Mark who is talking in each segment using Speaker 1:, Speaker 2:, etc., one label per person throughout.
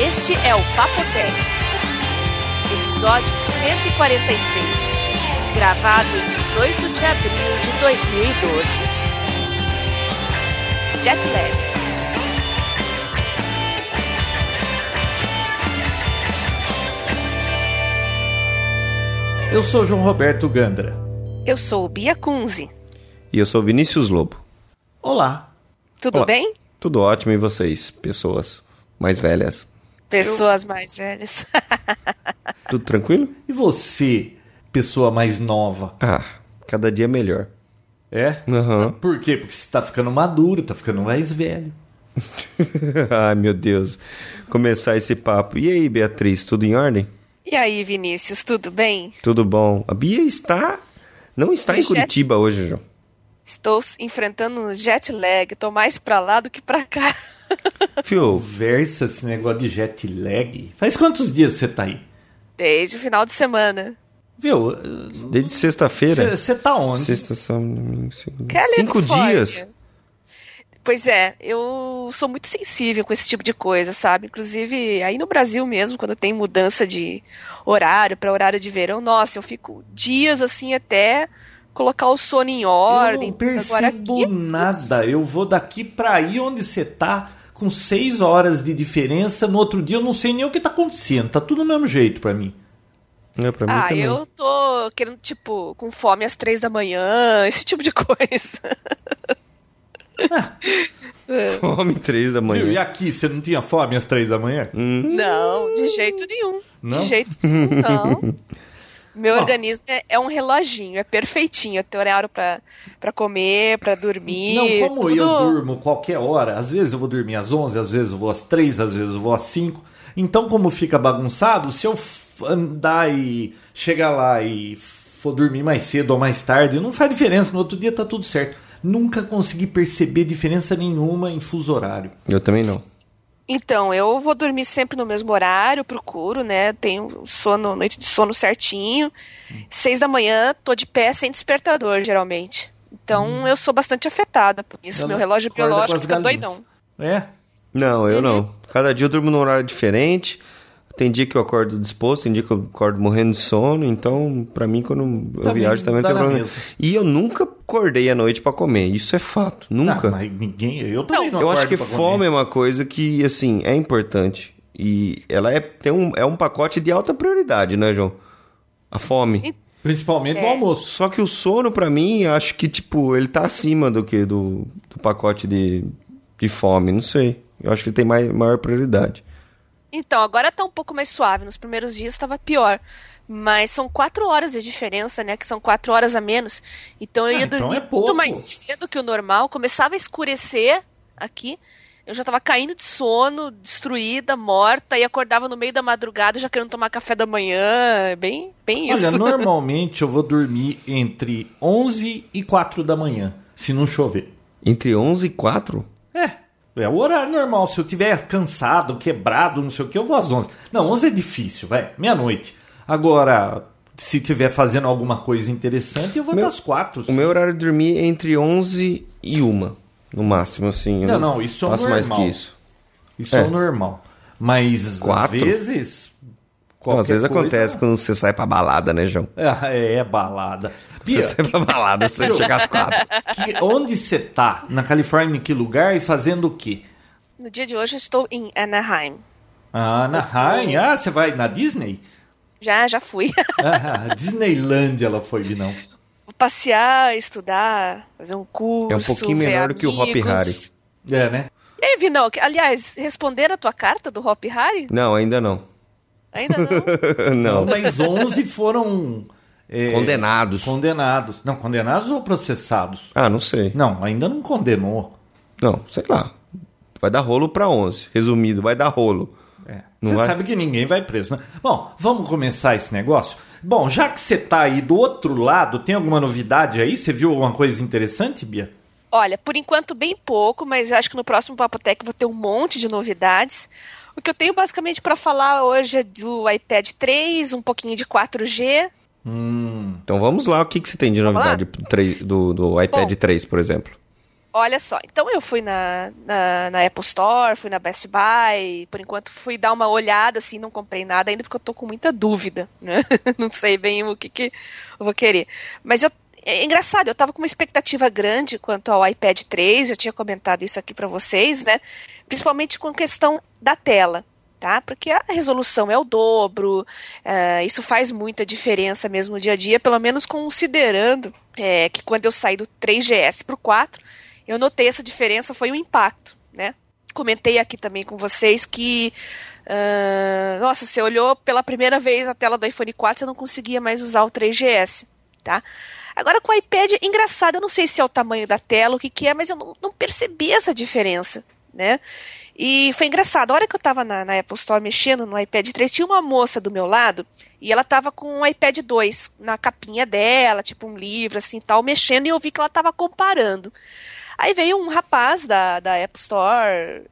Speaker 1: Este é o Papotec, episódio 146, gravado em 18 de abril de 2012. Jetlag.
Speaker 2: Eu sou João Roberto Gandra.
Speaker 1: Eu sou Bia Kunze.
Speaker 3: E eu sou Vinícius Lobo.
Speaker 2: Olá.
Speaker 1: Tudo
Speaker 3: Olá.
Speaker 1: bem?
Speaker 3: Tudo ótimo e vocês, pessoas mais velhas?
Speaker 1: Pessoas mais velhas.
Speaker 3: Tudo tranquilo?
Speaker 2: E você, pessoa mais nova?
Speaker 3: Ah, cada dia melhor.
Speaker 2: É?
Speaker 3: Aham.
Speaker 2: Por quê? Porque você tá ficando maduro, tá ficando mais velho.
Speaker 3: Ai, meu Deus. Começar esse papo. E aí, Beatriz, tudo em ordem?
Speaker 1: e aí, Vinícius, tudo bem?
Speaker 3: Tudo bom? A Bia está. Não está em
Speaker 1: Jet.
Speaker 3: Curitiba hoje, João.
Speaker 1: Estou enfrentando um jet lag, tô mais pra lá do que pra cá.
Speaker 3: Fio,
Speaker 2: Conversa esse negócio de jet lag. Faz quantos dias você tá aí?
Speaker 1: Desde o final de semana.
Speaker 2: Viu?
Speaker 3: desde sexta-feira.
Speaker 2: Você tá onde?
Speaker 3: Sexta, sábado, domingo, segunda.
Speaker 1: Califórnia.
Speaker 3: Cinco dias?
Speaker 1: Pois é, eu sou muito sensível com esse tipo de coisa, sabe? Inclusive, aí no Brasil mesmo, quando tem mudança de horário para horário de verão, nossa, eu fico dias assim até colocar o sono em
Speaker 2: eu
Speaker 1: ordem.
Speaker 2: não percebo nada. é Eu vou daqui pra aí onde você tá, com seis horas de diferença. No outro dia eu não sei nem o que tá acontecendo. Tá tudo do mesmo jeito pra mim.
Speaker 3: É, pra mim
Speaker 1: Ah,
Speaker 3: também.
Speaker 1: eu tô querendo, tipo, com fome às três da manhã, esse tipo de coisa.
Speaker 3: Fome três da
Speaker 2: Viu? E
Speaker 3: manhã.
Speaker 2: aqui, você não tinha fome às três da manhã?
Speaker 1: Não, de jeito nenhum.
Speaker 2: Não?
Speaker 1: De jeito nenhum, não. Meu
Speaker 2: Ó.
Speaker 1: organismo é, é um reloginho, é perfeitinho. Eu tenho horário pra, pra comer, pra dormir.
Speaker 2: Não, como
Speaker 1: tudo...
Speaker 2: eu durmo qualquer hora, às vezes eu vou dormir às 11, às vezes eu vou às 3, às vezes eu vou às 5. Então, como fica bagunçado, se eu f- andar e chegar lá e for dormir mais cedo ou mais tarde, não faz diferença, no outro dia tá tudo certo. Nunca consegui perceber diferença nenhuma em fuso horário.
Speaker 3: Eu também não.
Speaker 1: Então, eu vou dormir sempre no mesmo horário, procuro, né? Tenho sono, noite de sono certinho. Seis da manhã, tô de pé sem despertador, geralmente. Então, eu sou bastante afetada por isso.
Speaker 2: Hum. Ela
Speaker 1: Meu relógio
Speaker 2: acorda com
Speaker 1: biológico
Speaker 2: as
Speaker 1: fica
Speaker 2: galinhas.
Speaker 1: doidão.
Speaker 2: É?
Speaker 3: Não, eu não. Cada dia eu durmo num horário diferente. Tem dia que eu acordo disposto, tem dia que eu acordo morrendo de sono. Então, pra mim, quando eu
Speaker 2: Também
Speaker 3: viajo também não
Speaker 2: dá
Speaker 3: tem
Speaker 2: Tá na
Speaker 3: problema.
Speaker 2: mesma.
Speaker 3: E eu nunca acordei à noite pra comer. Isso é fato. Nunca.
Speaker 2: Ah, mas ninguém. Eu também não,
Speaker 3: eu acho
Speaker 2: acordo
Speaker 3: que
Speaker 2: pra comer.
Speaker 3: fome é uma coisa que, assim, é importante. E ela é, tem um, é um pacote de alta prioridade, né, João? A
Speaker 2: Então-
Speaker 3: fome.
Speaker 2: Principalmente
Speaker 1: É.
Speaker 2: do almoço.
Speaker 3: Só que o sono, pra mim, acho que, tipo, ele tá acima do que do, do pacote de, de fome. Não sei. Eu acho que ele tem mai- maior prioridade.
Speaker 1: Então, agora tá um pouco mais suave. Nos primeiros dias tava pior. Mas são quatro horas de diferença, né? Que são quatro horas a menos. Então eu
Speaker 2: Ah,
Speaker 1: ia
Speaker 2: então
Speaker 1: dormir
Speaker 2: é pouco.
Speaker 1: muito mais cedo que o normal. Começava a escurecer aqui. Eu já tava caindo de sono, destruída, morta, e acordava no meio da madrugada já querendo tomar café da manhã. É Bem, bem isso.
Speaker 2: Olha, normalmente eu vou dormir entre 11 e 4 da manhã, se não chover.
Speaker 3: Entre 11 e 4?
Speaker 2: É, é o horário normal. Se eu tiver cansado, quebrado, não sei o que, eu vou às 11. Não, 11 é difícil, vai. Meia-noite. Agora, se tiver fazendo alguma coisa interessante, eu vou
Speaker 3: Meu-
Speaker 2: até às 4.
Speaker 3: O meu horário de dormir é entre 11 e 1, no máximo, assim. eu
Speaker 2: Não, não, isso é
Speaker 3: faço mais
Speaker 2: normal.
Speaker 3: que isso.
Speaker 2: Isso é,
Speaker 3: é.
Speaker 2: o normal. Mas
Speaker 3: Quatro?
Speaker 2: às vezes.
Speaker 3: Não,
Speaker 2: qualquer
Speaker 3: às vezes
Speaker 2: coisa-
Speaker 3: acontece quando você sai pra balada, né, João?
Speaker 2: É, é balada.
Speaker 3: Você
Speaker 2: Bia,
Speaker 3: sai pra balada, você tem que chegar às 4.
Speaker 2: que- onde você tá? Na Califórnia, em que lugar e fazendo o quê?
Speaker 1: No dia de hoje eu estou em Anaheim.
Speaker 2: Ah, Anaheim. Ah, você vai na Disney?
Speaker 1: Já, já fui.
Speaker 2: Ah, Disneylandia ela foi, Vinão.
Speaker 1: Vou passear, estudar, fazer um curso.
Speaker 3: É um pouquinho
Speaker 1: ver
Speaker 3: melhor do que o Hopi
Speaker 1: amigos.
Speaker 3: Hari.
Speaker 2: É, né?
Speaker 1: E aí, Vinão, que- aliás, responderam a tua carta do Hop Harry?
Speaker 3: Não, ainda não.
Speaker 1: Ainda não?
Speaker 3: não.
Speaker 2: Mas 11 foram... é,
Speaker 3: Condenados.
Speaker 2: Condenados. Não, condenados ou processados?
Speaker 3: Ah, não sei.
Speaker 2: Não, ainda não condenou.
Speaker 3: Não, sei lá. Vai dar rolo pra 11. Resumido, vai dar rolo.
Speaker 2: É.
Speaker 3: Não
Speaker 2: Você
Speaker 3: vai?
Speaker 2: sabe que ninguém vai preso, né? Bom, vamos começar esse negócio? Bom, já que você tá aí do outro lado, tem alguma novidade aí? Você viu alguma coisa interessante, Bia?
Speaker 1: Olha, por enquanto bem pouco, mas eu acho que no próximo Papotec eu vou ter um monte de novidades. O que eu tenho basicamente para falar hoje é do iPad 3, um pouquinho de 4G.
Speaker 2: Hum...
Speaker 3: Então vamos lá, o que, que você tem de
Speaker 1: Vamos
Speaker 3: novidade pro três- do, do iPad
Speaker 1: Bom.
Speaker 3: 3, por exemplo?
Speaker 1: Olha só, então eu fui na, na, na, Apple Store, fui na Best Buy, por enquanto fui dar uma olhada, assim, não comprei nada ainda porque eu tô com muita dúvida, né? não sei bem o que, que eu vou querer. Mas eu, é engraçado, eu tava com uma expectativa grande quanto ao iPad 3, eu tinha comentado isso aqui para vocês, né? Principalmente com questão da tela. Tá? Porque a resolução é o dobro, uh, isso faz muita diferença mesmo no dia a dia, pelo menos considerando é, que quando eu saí do 3GS para o 4, eu notei essa diferença, foi um impacto, né? Comentei aqui também com vocês que, uh, nossa, você olhou pela primeira vez a tela do iPhone 4, você não conseguia mais usar o 3GS, tá? Agora com o iPad, engraçado, eu não sei se é o tamanho da tela, o que que é, mas eu não, não percebi essa diferença, né? E foi engraçado, a hora que eu estava na, na, Apple Store mexendo no iPad 3, tinha uma moça do meu lado e ela estava com um iPad 2 na capinha dela, tipo um livro assim tal, mexendo e eu vi que ela estava comparando. Aí veio um rapaz da, da Apple Store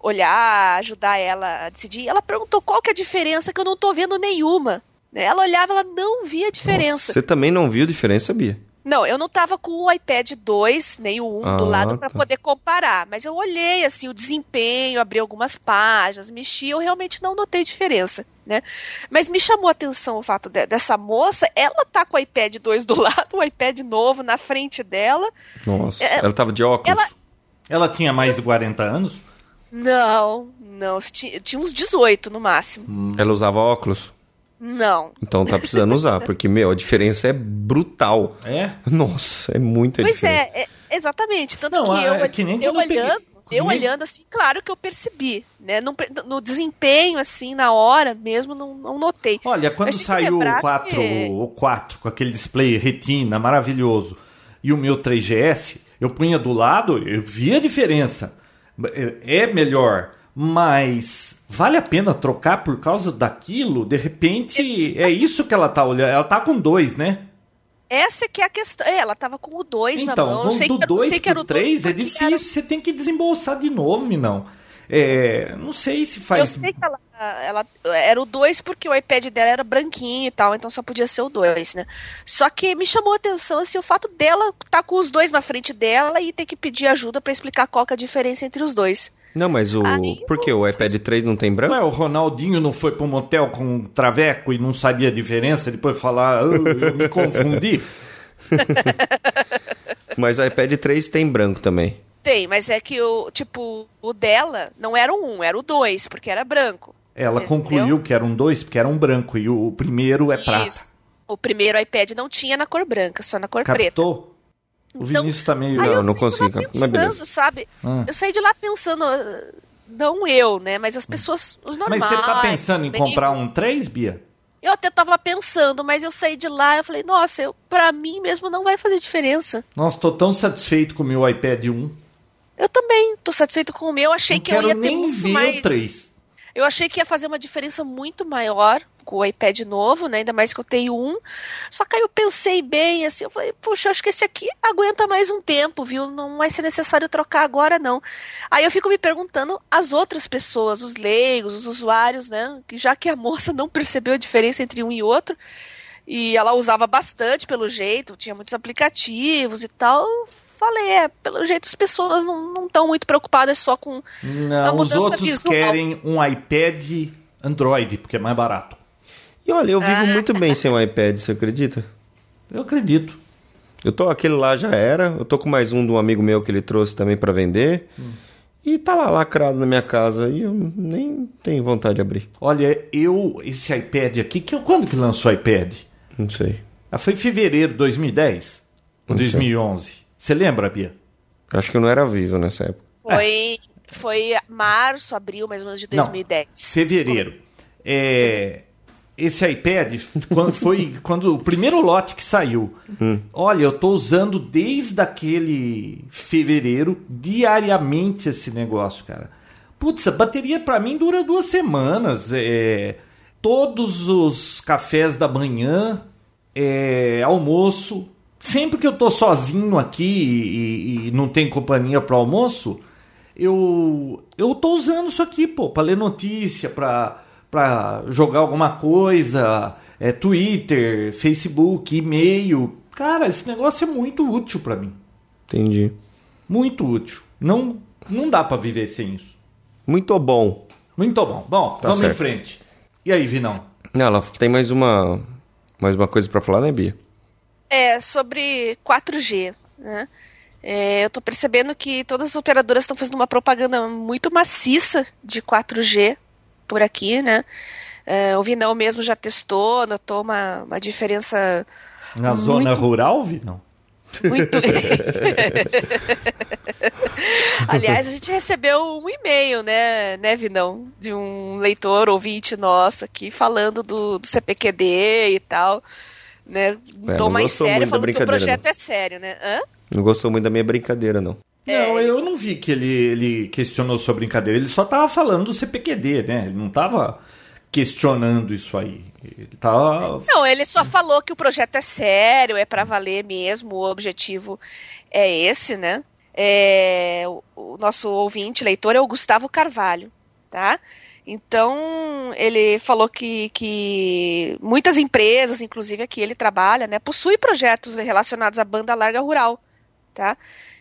Speaker 1: olhar, ajudar ela a decidir. E ela perguntou qual que é a diferença que eu não estou vendo nenhuma. né? Ela olhava, ela não via a diferença.
Speaker 3: Nossa, você também não viu a diferença, Bia?
Speaker 1: Não, eu não estava com o iPad 2, nem o 1 ah, do lado para tá. poder comparar, mas eu olhei assim o desempenho, abri algumas páginas, mexi, eu realmente não notei diferença, né? Mas me chamou a atenção o fato de, dessa moça, ela tá com o iPad 2 do lado, o iPad novo na frente dela.
Speaker 3: Nossa, é, ela estava de óculos.
Speaker 2: Ela... ela tinha mais de 40 anos?
Speaker 1: Não, não, tinha, tinha uns 18 no máximo.
Speaker 3: Hum. Ela usava óculos?
Speaker 1: Não.
Speaker 3: Então tá precisando usar, porque, meu, a diferença é brutal.
Speaker 2: É?
Speaker 3: Nossa, é muita
Speaker 1: pois
Speaker 3: diferença.
Speaker 1: Pois é, é, exatamente. Tanto não, que eu, é que nem eu, eu olhando, peguei. eu nem... olhando assim, claro que eu percebi, né? No, no desempenho, assim, na hora mesmo, não, não notei.
Speaker 2: Olha, quando
Speaker 1: tipo,
Speaker 2: saiu o 4, que... o 4, com aquele display retina maravilhoso, e o meu 3GS, eu punha do lado, eu via a diferença. É melhor, mas vale a pena trocar por causa daquilo? De repente, Exatamente. é isso que ela tá olhando. Ela tá com dois, né?
Speaker 1: Essa que é a questão. É, ela tava com o dois
Speaker 2: então,
Speaker 1: na mão. Então,
Speaker 2: do 2 pro 3 é difícil. Era... Você tem que desembolsar de novo, não. É, não sei se faz...
Speaker 1: Eu sei que ela, ela era o 2 porque o iPad dela era branquinho e tal, então só podia ser o 2, né? Só que me chamou a atenção assim, o fato dela estar tá com os dois na frente dela e ter que pedir ajuda para explicar qual que é a diferença entre os dois.
Speaker 3: Não, mas o. é. Aí, Por que? O iPad 3 não tem branco?
Speaker 2: Ué, o Ronaldinho não foi pro motel com um traveco e não sabia a diferença, depois falar, oh, eu me confundi.
Speaker 3: mas o iPad 3 tem branco também.
Speaker 1: Tem, mas é que o, tipo, o dela não era um, era o 2, porque era branco.
Speaker 2: Ela entendeu? concluiu que era um 2 porque era um branco e o, o primeiro é prata.
Speaker 1: O primeiro iPad não tinha na cor branca, só na cor
Speaker 2: Captou?
Speaker 1: é preta.
Speaker 2: O Vinícius então, também.
Speaker 3: Não, não consigo.
Speaker 1: Pensando, sabe? Ah. Eu saí de lá pensando, ah, não eu, né? Mas as pessoas, os normais.
Speaker 2: Hum.
Speaker 1: né?
Speaker 2: Mas você tá pensando em comprar um 3, Bia?
Speaker 1: Eu até tava pensando, mas eu saí de lá e falei, nossa, eu, pra mim mesmo não vai fazer diferença.
Speaker 2: Nossa, tô tão satisfeito com o meu iPad 1.
Speaker 1: Eu também, tô satisfeito com o meu, achei não que eu ia ter
Speaker 2: nem
Speaker 1: muito
Speaker 2: ver
Speaker 1: mais...
Speaker 2: o 3.
Speaker 1: Eu achei que ia fazer uma diferença muito maior com o iPad novo, né? Ainda mais que eu tenho um. Só que aí eu pensei bem, assim, eu falei, puxa, acho que esse aqui aguenta mais um tempo, viu? Não vai ser necessário trocar agora, não. Aí eu fico me perguntando as outras pessoas, os leigos, os usuários, né? Que já que a moça não percebeu a diferença entre um e outro, e ela usava bastante pelo jeito, tinha muitos aplicativos e tal. Falei, é, pelo jeito as pessoas não estão muito preocupadas só com
Speaker 2: não, a mudança os outros visual. querem um iPad Android, porque é mais barato.
Speaker 3: E olha, eu vivo ah. muito bem sem um iPad, você acredita?
Speaker 2: Eu acredito.
Speaker 3: Eu tô, aquele lá já era, eu tô com mais um de um amigo meu que ele trouxe também para vender. Hum. E tá lá lacrado na minha casa e eu nem tenho vontade de abrir.
Speaker 2: Olha, eu, esse iPad aqui, que, quando que lançou o iPad?
Speaker 3: Não sei.
Speaker 2: Ah, foi em fevereiro de 2010 ou 2011. Sei. Você lembra, Bia?
Speaker 3: Acho que eu não era vivo nessa época.
Speaker 1: Foi, é. foi março, abril, mais ou menos de 2010. Não,
Speaker 2: fevereiro. É, fevereiro esse iPad quando foi quando o primeiro lote que saiu. Hum. Olha, eu tô usando desde aquele fevereiro diariamente esse negócio, cara. Putz, a bateria para mim dura duas semanas. É, todos os cafés da manhã, é, almoço. Sempre que eu tô sozinho aqui e, e não tem companhia para almoço, eu eu tô usando isso aqui, pô, para ler notícia, para para jogar alguma coisa, é Twitter, Facebook, e-mail. Cara, esse negócio é muito útil para mim.
Speaker 3: Entendi.
Speaker 2: Muito útil. Não, não dá pra viver sem isso.
Speaker 3: Muito bom.
Speaker 2: Muito bom. Bom,
Speaker 3: Tá
Speaker 2: vamos em
Speaker 3: certo.
Speaker 2: frente. E aí, Vinão?
Speaker 3: Ela tem mais uma, mais uma coisa pra falar, né, Bia?
Speaker 1: É, sobre 4G, né? É, eu tô percebendo que todas as operadoras estão fazendo uma propaganda muito maciça de 4G por aqui, né? É, o Vinão mesmo já testou, notou uma, uma diferença
Speaker 2: Na zona
Speaker 1: Muito.
Speaker 2: rural, Vinão?
Speaker 1: muito. Aliás, a gente recebeu um e-mail, né, né, Vinão? De um leitor ouvinte nosso aqui falando do, do CPQD e tal. Né? Um
Speaker 3: É,
Speaker 1: tom
Speaker 3: não
Speaker 1: mais
Speaker 3: gostou
Speaker 1: sério, falando
Speaker 3: muito da
Speaker 1: que o
Speaker 3: brincadeira,
Speaker 1: projeto é sério, né? Hã?
Speaker 3: Não gostou muito da minha brincadeira, não.
Speaker 1: É,
Speaker 2: Não, eu não vi que ele, ele questionou sua brincadeira. Ele só tava falando do CPQD, né? Ele não tava questionando isso aí. Ele tá, tava.
Speaker 1: Não, ele só falou que o projeto é sério, é pra valer mesmo, o objetivo é esse, né? É, o, o nosso ouvinte, leitor, é o Gustavo Carvalho, tá? Então, ele falou que, que muitas empresas, inclusive aqui ele trabalha, né, possui projetos relacionados à banda larga rural, tá?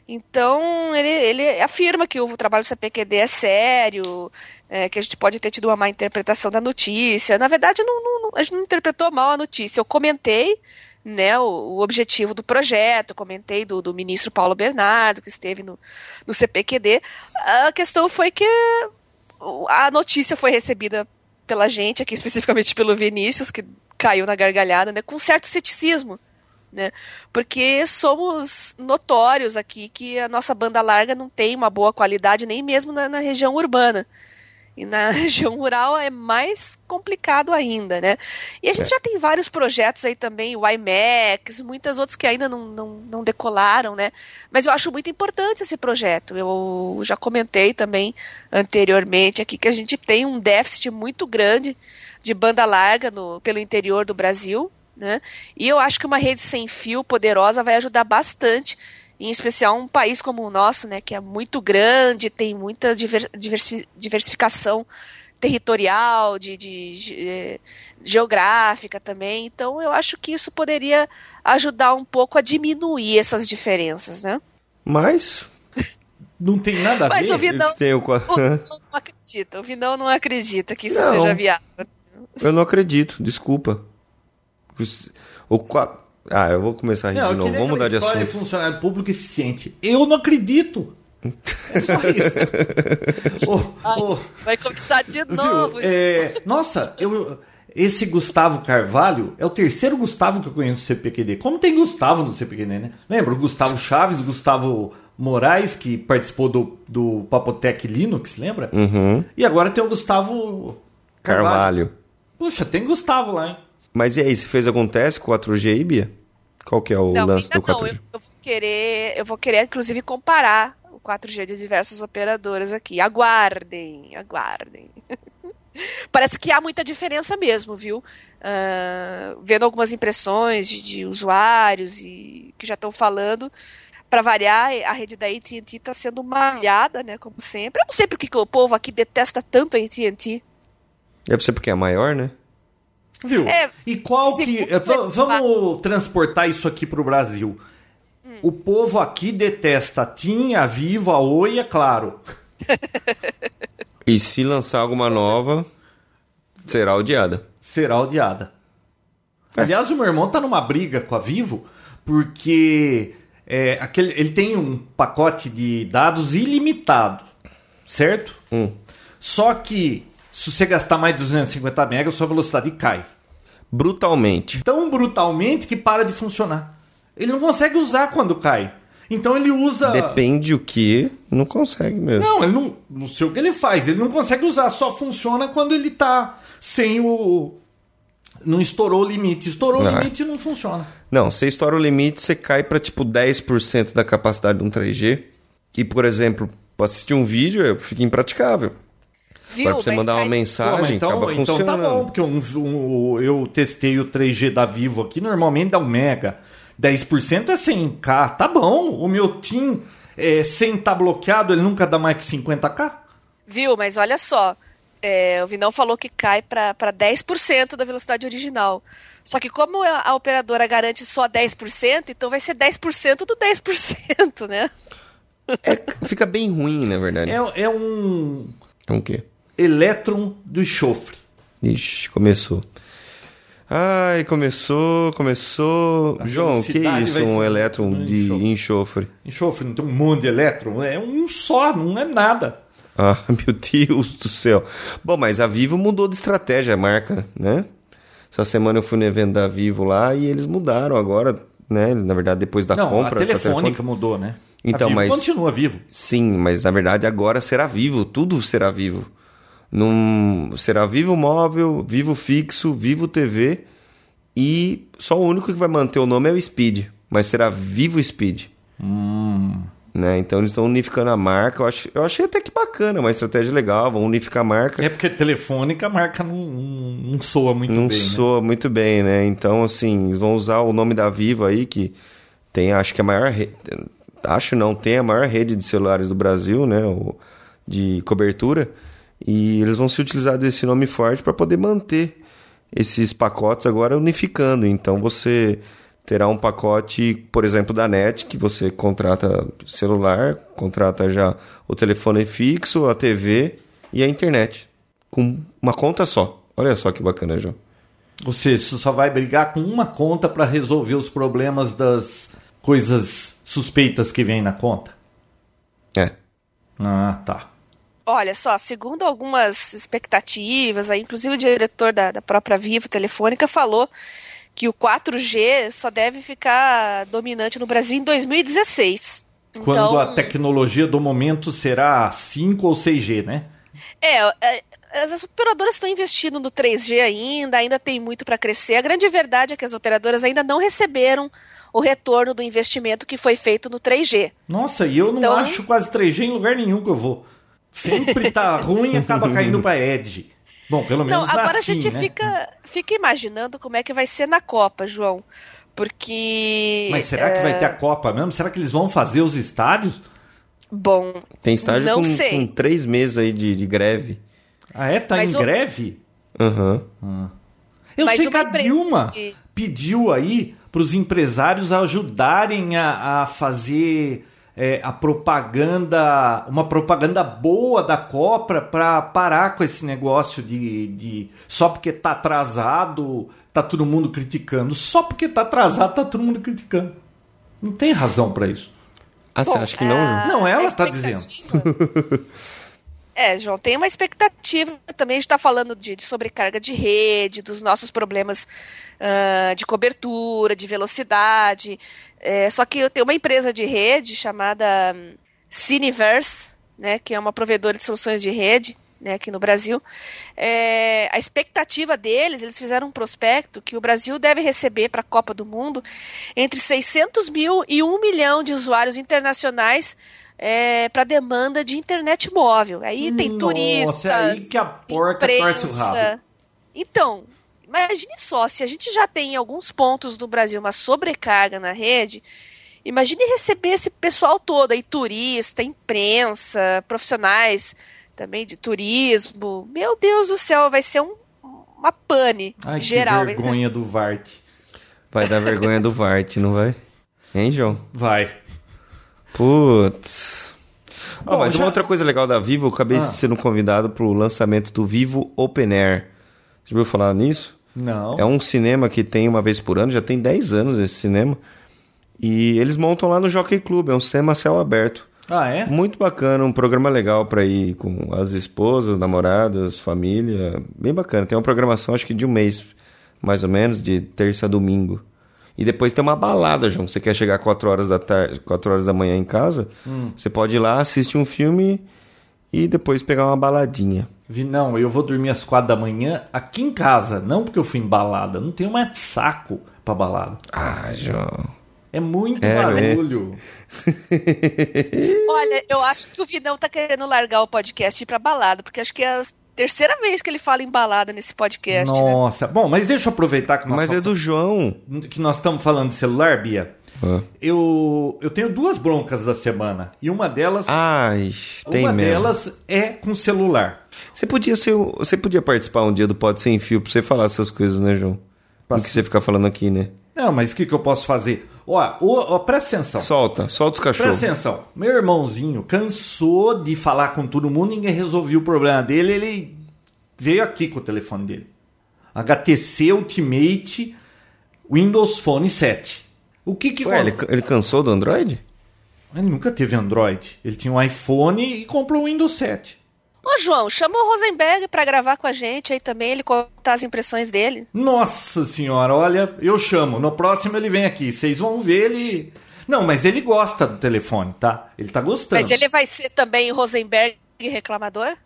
Speaker 1: Então, ele, ele afirma que o trabalho do CPQD é sério, é, que a gente pode ter tido uma má interpretação da notícia. Na verdade, não, não- não- a gente não interpretou mal a notícia. Eu comentei né, o, o objetivo do projeto, comentei do, do ministro Paulo Bernardo, que esteve no, no CPQD. A questão foi que o- a notícia foi recebida pela gente, aqui especificamente pelo Vinícius, que caiu na gargalhada, né, com certo ceticismo. Né? Porque somos notórios aqui que a nossa banda larga não tem uma boa qualidade, nem mesmo na- na região urbana. E na região rural é mais complicado ainda, né? E a gente já tem vários projetos aí também, o IMAX, muitas outras que ainda não, não, não decolaram, né? Mas eu acho muito importante esse projeto. Eu já comentei também anteriormente aqui que a gente tem um déficit muito grande de banda larga no, pelo interior do Brasil, né? E eu acho que uma rede sem fio poderosa vai ajudar bastante, em especial um país como o nosso, né, que é muito grande, tem muita diver- diversi- diversificação territorial, de, de ge- eh, geográfica também. Então, eu acho que isso poderia ajudar um pouco a diminuir essas diferenças, né?
Speaker 3: Mas.
Speaker 2: Não tem nada a
Speaker 1: Mas
Speaker 2: ver.
Speaker 1: o Vinão
Speaker 3: Tem o... qua-
Speaker 1: o Vinão não acredita, o Vinão não acredita que isso
Speaker 3: Não.
Speaker 1: seja viável.
Speaker 3: Eu não acredito, desculpa. Os- O qua- Ah, eu vou começar a rir
Speaker 2: Não,
Speaker 3: de
Speaker 2: eu
Speaker 3: novo.
Speaker 2: queria
Speaker 3: Vamos mudar de
Speaker 2: aquela história
Speaker 3: assunto.
Speaker 2: funcionário público eficiente. Eu não acredito. É só isso.
Speaker 1: Ai,
Speaker 2: Ô, ô,
Speaker 1: Vai começar de novo.
Speaker 2: Viu? É, nossa, eu, esse Gustavo Carvalho é o terceiro Gustavo que eu conheço no CPQD. Como tem Gustavo no CPQD, né? Lembra? o Gustavo Chaves, Gustavo Moraes, que participou do, do Papotec Linux, lembra?
Speaker 3: Uhum.
Speaker 2: E agora tem o Gustavo
Speaker 3: Carvalho.
Speaker 2: Puxa, tem Gustavo lá, hein?
Speaker 3: Mas e aí, se fez acontece 4G aí, Bia? Qual que é o
Speaker 1: Não,
Speaker 3: lance
Speaker 1: ainda
Speaker 3: do
Speaker 1: não.
Speaker 3: 4G?
Speaker 1: Eu, eu vou querer, eu vou querer, inclusive, comparar o 4G de diversas operadoras aqui. Aguardem, aguardem. Parece que há muita diferença mesmo, viu? Ah, vendo algumas impressões de, de usuários e que já estão falando. Para variar, a rede da AT&T está tá sendo malhada, né? Como sempre. Eu não sei por que que o povo aqui detesta tanto a AT&T.
Speaker 3: Deve ser porque é maior, né?
Speaker 2: Viu?
Speaker 1: É,
Speaker 2: e qual que.
Speaker 1: segundo
Speaker 2: eh, va-
Speaker 1: eles,
Speaker 2: Vamos transportar isso aqui pro Brasil. O povo aqui detesta a TIM, a Vivo, a Oi, é claro.
Speaker 3: E se lançar alguma nova, será odiada.
Speaker 2: será odiada. Aliás, o meu irmão tá numa briga com a Vivo porque é, aquele, ele tem um pacote de dados ilimitado, certo?
Speaker 3: Hum.
Speaker 2: Só que se você gastar mais de 250 mega, sua velocidade cai.
Speaker 3: Brutalmente.
Speaker 2: Tão brutalmente que para de funcionar. Ele não consegue usar quando cai. Então ele usa.
Speaker 3: Depende o que, não consegue mesmo.
Speaker 2: Não, ele não, não sei o que ele faz. Ele não consegue usar, só funciona quando ele tá sem o. Não estourou o limite. Estourou o
Speaker 3: Ah.
Speaker 2: limite e não funciona.
Speaker 3: Não, você estoura o limite, você cai pra tipo 10% da capacidade de um 3G. E, por exemplo, pra assistir um vídeo é- fica impraticável.
Speaker 1: Viu?
Speaker 3: Agora, pra você
Speaker 1: Mas
Speaker 3: mandar uma
Speaker 1: aí-
Speaker 2: Pô,
Speaker 3: mensagem,
Speaker 2: mas
Speaker 3: acaba
Speaker 2: então tá
Speaker 3: funcionando.
Speaker 2: bom, porque um, um- eu testei o 3G da Vivo aqui, normalmente dá um mega. 10% é 100k, tá bom. O meu TIM, é, sem tá bloqueado, ele nunca dá mais que 50k?
Speaker 1: Viu? Mas olha só. é, o Vinão falou que cai para 10% da velocidade original. Só que como a a operadora garante só 10%, então vai ser 10% do 10%, né?
Speaker 3: É, fica bem ruim, na verdade. É,
Speaker 2: É, é um
Speaker 3: um quê?
Speaker 2: elétron do enxofre.
Speaker 3: Ixi, começou. Ai, começou, começou.
Speaker 2: A
Speaker 3: João, que
Speaker 2: felicidade
Speaker 3: isso?
Speaker 2: vai
Speaker 3: Um
Speaker 2: ser
Speaker 3: elétron
Speaker 2: um
Speaker 3: de
Speaker 2: enxofre.
Speaker 3: enxofre.
Speaker 2: Enxofre não tem um monte de elétron, é um só, não é nada.
Speaker 3: Ah, meu Deus do céu. Bom, mas a Vivo mudou de estratégia, a marca, né? Essa semana eu fui no evento da Vivo lá e eles mudaram agora, né? Na verdade, depois da
Speaker 2: não,
Speaker 3: compra.
Speaker 2: a
Speaker 3: pra
Speaker 2: telefônica
Speaker 3: telefone-
Speaker 2: mudou, né?
Speaker 3: Então,
Speaker 2: a Vivo
Speaker 3: mas-
Speaker 2: continua vivo.
Speaker 3: Sim, mas na verdade agora será vivo, tudo será vivo. Num... Será vivo móvel, vivo fixo, vivo TV e só o único que vai manter o nome é o Speed, mas será vivo Speed. Né? Então eles estão unificando a marca. Eu, acho... eu achei até que bacana, uma estratégia legal. Vão unificar a marca.
Speaker 2: É porque telefônica a marca não, não- não soa muito
Speaker 3: não
Speaker 2: bem. né?
Speaker 3: soa muito bem, né? Então, assim, eles vão usar o nome da Vivo aí, que tem, acho que a maior rede. Acho não, tem a maior rede de celulares do Brasil, né? O- De cobertura. E eles vão se utilizar desse nome forte para poder manter esses pacotes agora unificando. Então você terá um pacote, por exemplo, da NET, que você contrata celular, contrata já o telefone fixo, a TV e a internet. Com uma conta só. Olha só que bacana, João.
Speaker 2: Ou seja, você só vai brigar com uma conta para resolver os problemas das coisas suspeitas que vêm na conta.
Speaker 3: É.
Speaker 2: Ah, tá.
Speaker 1: Olha só, segundo algumas expectativas, aí, inclusive o diretor da, da própria Vivo Telefônica falou que o 4G só deve ficar dominante no Brasil em 2016.
Speaker 2: Quando
Speaker 1: então,
Speaker 2: a tecnologia do momento será 5 ou 6G, né?
Speaker 1: É, é, as operadoras estão investindo no 3G ainda, ainda tem muito para crescer. A grande verdade é que as operadoras ainda não receberam o retorno do investimento que foi feito no 3G.
Speaker 2: Nossa, e eu
Speaker 1: Então-
Speaker 2: não acho quase 3G em lugar nenhum que eu vou. Sempre tá ruim e acaba caindo pra Edge. Bom, pelo
Speaker 1: Não,
Speaker 2: menos na
Speaker 1: agora a
Speaker 2: TIM,
Speaker 1: gente
Speaker 2: né?
Speaker 1: fica, fica imaginando como é que vai ser na Copa, João. Porque.
Speaker 2: Mas será que
Speaker 1: é-
Speaker 2: vai ter a Copa mesmo? Será que eles vão fazer os estádios?
Speaker 1: Bom,
Speaker 3: Tem estágio
Speaker 1: Não
Speaker 3: com,
Speaker 1: sei.
Speaker 3: com três meses aí de, de greve.
Speaker 2: Ah, é? Tá
Speaker 1: Mas
Speaker 2: em
Speaker 1: o-
Speaker 2: greve?
Speaker 3: Aham.
Speaker 2: Eu
Speaker 1: Mas
Speaker 2: sei
Speaker 1: uma
Speaker 2: que a
Speaker 1: empresa
Speaker 2: Dilma
Speaker 1: que-
Speaker 2: pediu aí para os empresários ajudarem a, a fazer é, a propaganda, uma propaganda boa da Copra para parar com esse negócio de, de só porque tá atrasado, tá todo mundo criticando. Só porque tá atrasado, tá todo mundo criticando. Não tem razão para isso.
Speaker 3: Ah, você
Speaker 1: Bom,
Speaker 3: acha que não,
Speaker 1: a-
Speaker 3: João?
Speaker 2: Não, ela
Speaker 1: a
Speaker 2: tá dizendo.
Speaker 1: expectativa- É, João, tem uma expectativa também. A gente está falando de, de sobrecarga de rede, dos nossos problemas ah, de cobertura, de velocidade. É, só que eu tenho uma empresa de rede chamada hum, Cineverse, né, que é uma provedora de soluções de rede né, aqui no Brasil. É, a expectativa deles, eles fizeram um prospecto que o Brasil deve receber para a Copa do Mundo entre 600 mil e 1 milhão de usuários internacionais é, para demanda de internet móvel. Aí tem
Speaker 2: Nossa,
Speaker 1: turistas,
Speaker 2: é aí que a porca torce o rabo.
Speaker 1: Então, imagine só, se a gente já tem em alguns pontos do Brasil uma sobrecarga na rede, imagine receber esse pessoal todo aí, turista, imprensa, profissionais também de turismo. Meu Deus do céu, vai ser um- uma pane
Speaker 2: Ai,
Speaker 1: geral. né?
Speaker 2: que vergonha do Vart.
Speaker 3: Vai dar vergonha do Vart, não vai? Hein, João?
Speaker 2: Vai.
Speaker 3: Putz. Ah,
Speaker 2: Bom,
Speaker 3: mas
Speaker 2: já-
Speaker 3: uma outra coisa legal da Vivo, eu acabei
Speaker 2: Ah.
Speaker 3: sendo convidado pro lançamento do Vivo Open Air. Você ouviu falar nisso?
Speaker 2: Não.
Speaker 3: É um cinema que tem uma vez por ano, já tem 10 anos esse cinema. E eles montam lá no Jockey Club, é um cinema a céu aberto.
Speaker 2: Ah, é?
Speaker 3: Muito bacana, um programa legal pra ir com as esposas, namoradas, família. Bem bacana. Tem uma programação, acho que de um mês, mais ou menos, de terça a domingo. E depois tem uma balada, João. Você quer chegar 4 horas da tarde, 4 horas da manhã em casa? Você pode ir lá, assistir um filme e depois pegar uma baladinha.
Speaker 2: Vi, não, eu vou dormir às quatro da manhã aqui em casa, não porque eu fui em balada, não tenho mais saco pra balada.
Speaker 3: Ah, João.
Speaker 2: É muito
Speaker 3: É, né?
Speaker 2: barulho.
Speaker 1: Olha, eu acho que o Vinão tá querendo largar o podcast e ir pra balada, porque acho que é a terceira vez que ele fala em balada nesse podcast. né?
Speaker 2: Nossa, bom, mas deixa eu aproveitar que nós,
Speaker 3: Mas
Speaker 2: só-
Speaker 3: é do João.
Speaker 2: que nós estamos falando de celular, Bia.
Speaker 3: Ah.
Speaker 2: Eu, eu tenho duas broncas da semana e uma delas,
Speaker 3: Ai, Ah, tem
Speaker 2: uma
Speaker 3: mesmo.
Speaker 2: delas é com celular.
Speaker 3: Você podia ser, o- você podia participar um dia do Pode Sem Fio pra você falar essas coisas, né, João? O que você fica falando aqui, né?
Speaker 2: Não, mas o que, que eu posso fazer? Ó, ó, ó, presta atenção.
Speaker 3: Solta, solta os cachorros.
Speaker 2: Presta atenção. Meu irmãozinho cansou de falar com todo mundo, ninguém resolveu o problema dele, ele veio aqui com o telefone dele. HTC Ultimate Windows Phone 7. O que que...
Speaker 3: Ué, ele, ele cansou do Android?
Speaker 2: Ele nunca teve Android. Ele tinha um iPhone e comprou o Windows 7.
Speaker 1: Ô, João, chama o Rosenberg pra gravar com a gente aí também, ele contar as impressões dele.
Speaker 2: Nossa senhora, olha, eu chamo. No próximo ele vem aqui. Vocês vão ver ele. Não, mas ele gosta do telefone, tá? Ele tá gostando.
Speaker 1: Mas ele vai ser também Rosenberg reclamador?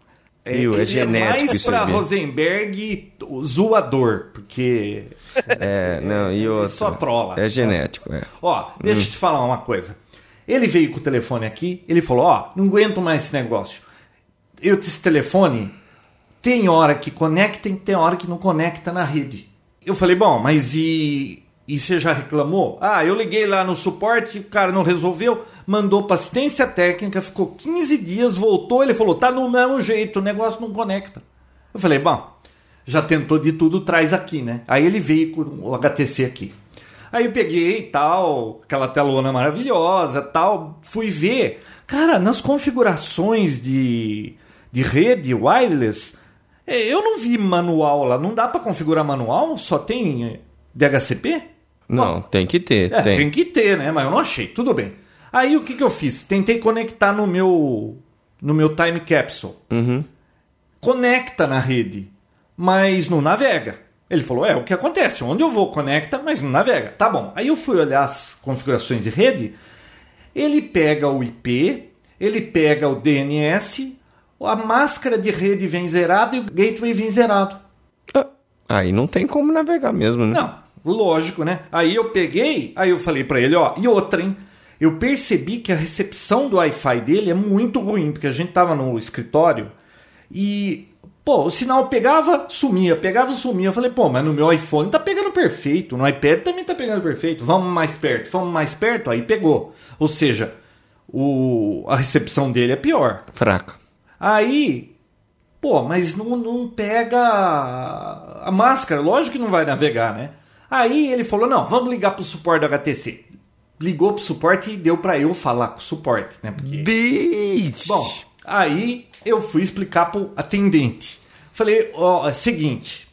Speaker 2: É,
Speaker 3: Viu, é
Speaker 2: ele
Speaker 3: genético
Speaker 2: mais
Speaker 3: isso
Speaker 2: pra
Speaker 3: aí.
Speaker 2: Rosenberg o zoador, porque
Speaker 3: É, não, e outra.
Speaker 2: só trola.
Speaker 3: É genético, é.
Speaker 2: Ó, deixa eu te falar uma coisa. Ele veio com o telefone aqui, ele falou: Ó, não aguento mais esse negócio. Eu esse telefone tem hora que conecta e tem hora que não conecta na rede. Eu falei: Bom, mas e. E você já reclamou? Ah, eu liguei lá no suporte, o cara não resolveu, mandou pra assistência técnica, ficou 15 dias, voltou, ele falou: Tá no mesmo jeito, o negócio não conecta. Eu falei: Bom, já tentou de tudo, traz aqui, né? Aí ele veio com o HTC aqui. Aí eu peguei tal, aquela telona maravilhosa tal, fui ver. Cara, nas configurações de, de rede wireless, é, eu não vi manual lá. Não dá pra configurar manual? Só tem é, DHCP?
Speaker 3: Não, tem que ter,
Speaker 2: É, tem.
Speaker 3: tem.
Speaker 2: que ter, né? Mas eu não achei. Tudo bem. Aí o que, que eu fiz? Tentei conectar no meu no meu time capsule.
Speaker 3: Uhum.
Speaker 2: Conecta na rede, mas não navega. Ele falou: "É, o que acontece? Onde eu vou conecta, mas não navega". Tá bom. Aí eu fui olhar as configurações de rede. Ele pega o IP, ele pega o DNS, a máscara de rede vem zerada e o gateway vem zerado.
Speaker 3: Ah, Aí não tem como navegar mesmo, né?
Speaker 2: Não, lógico, né? Aí eu peguei, aí eu falei pra ele, ó, e outra, hein? Eu percebi que a recepção do Wi-Fi dele é muito ruim, porque a gente tava no escritório e, pô, o sinal pegava, sumia, pegava, sumia. Eu falei, pô, mas no meu iPhone tá pegando perfeito, no iPad também tá pegando perfeito. Vamos mais perto, vamos mais perto, aí pegou. Ou seja, o, a recepção dele é pior.
Speaker 3: Fraca.
Speaker 2: Aí, pô, mas não, não pega a a máscara, lógico que não vai navegar, né? Aí ele falou: não, vamos ligar pro suporte do HTC. Ligou pro suporte e deu pra eu falar com o suporte, né? Porque
Speaker 3: Bitch!
Speaker 2: Bom, aí eu fui explicar pro atendente. Falei, ó, é o seguinte,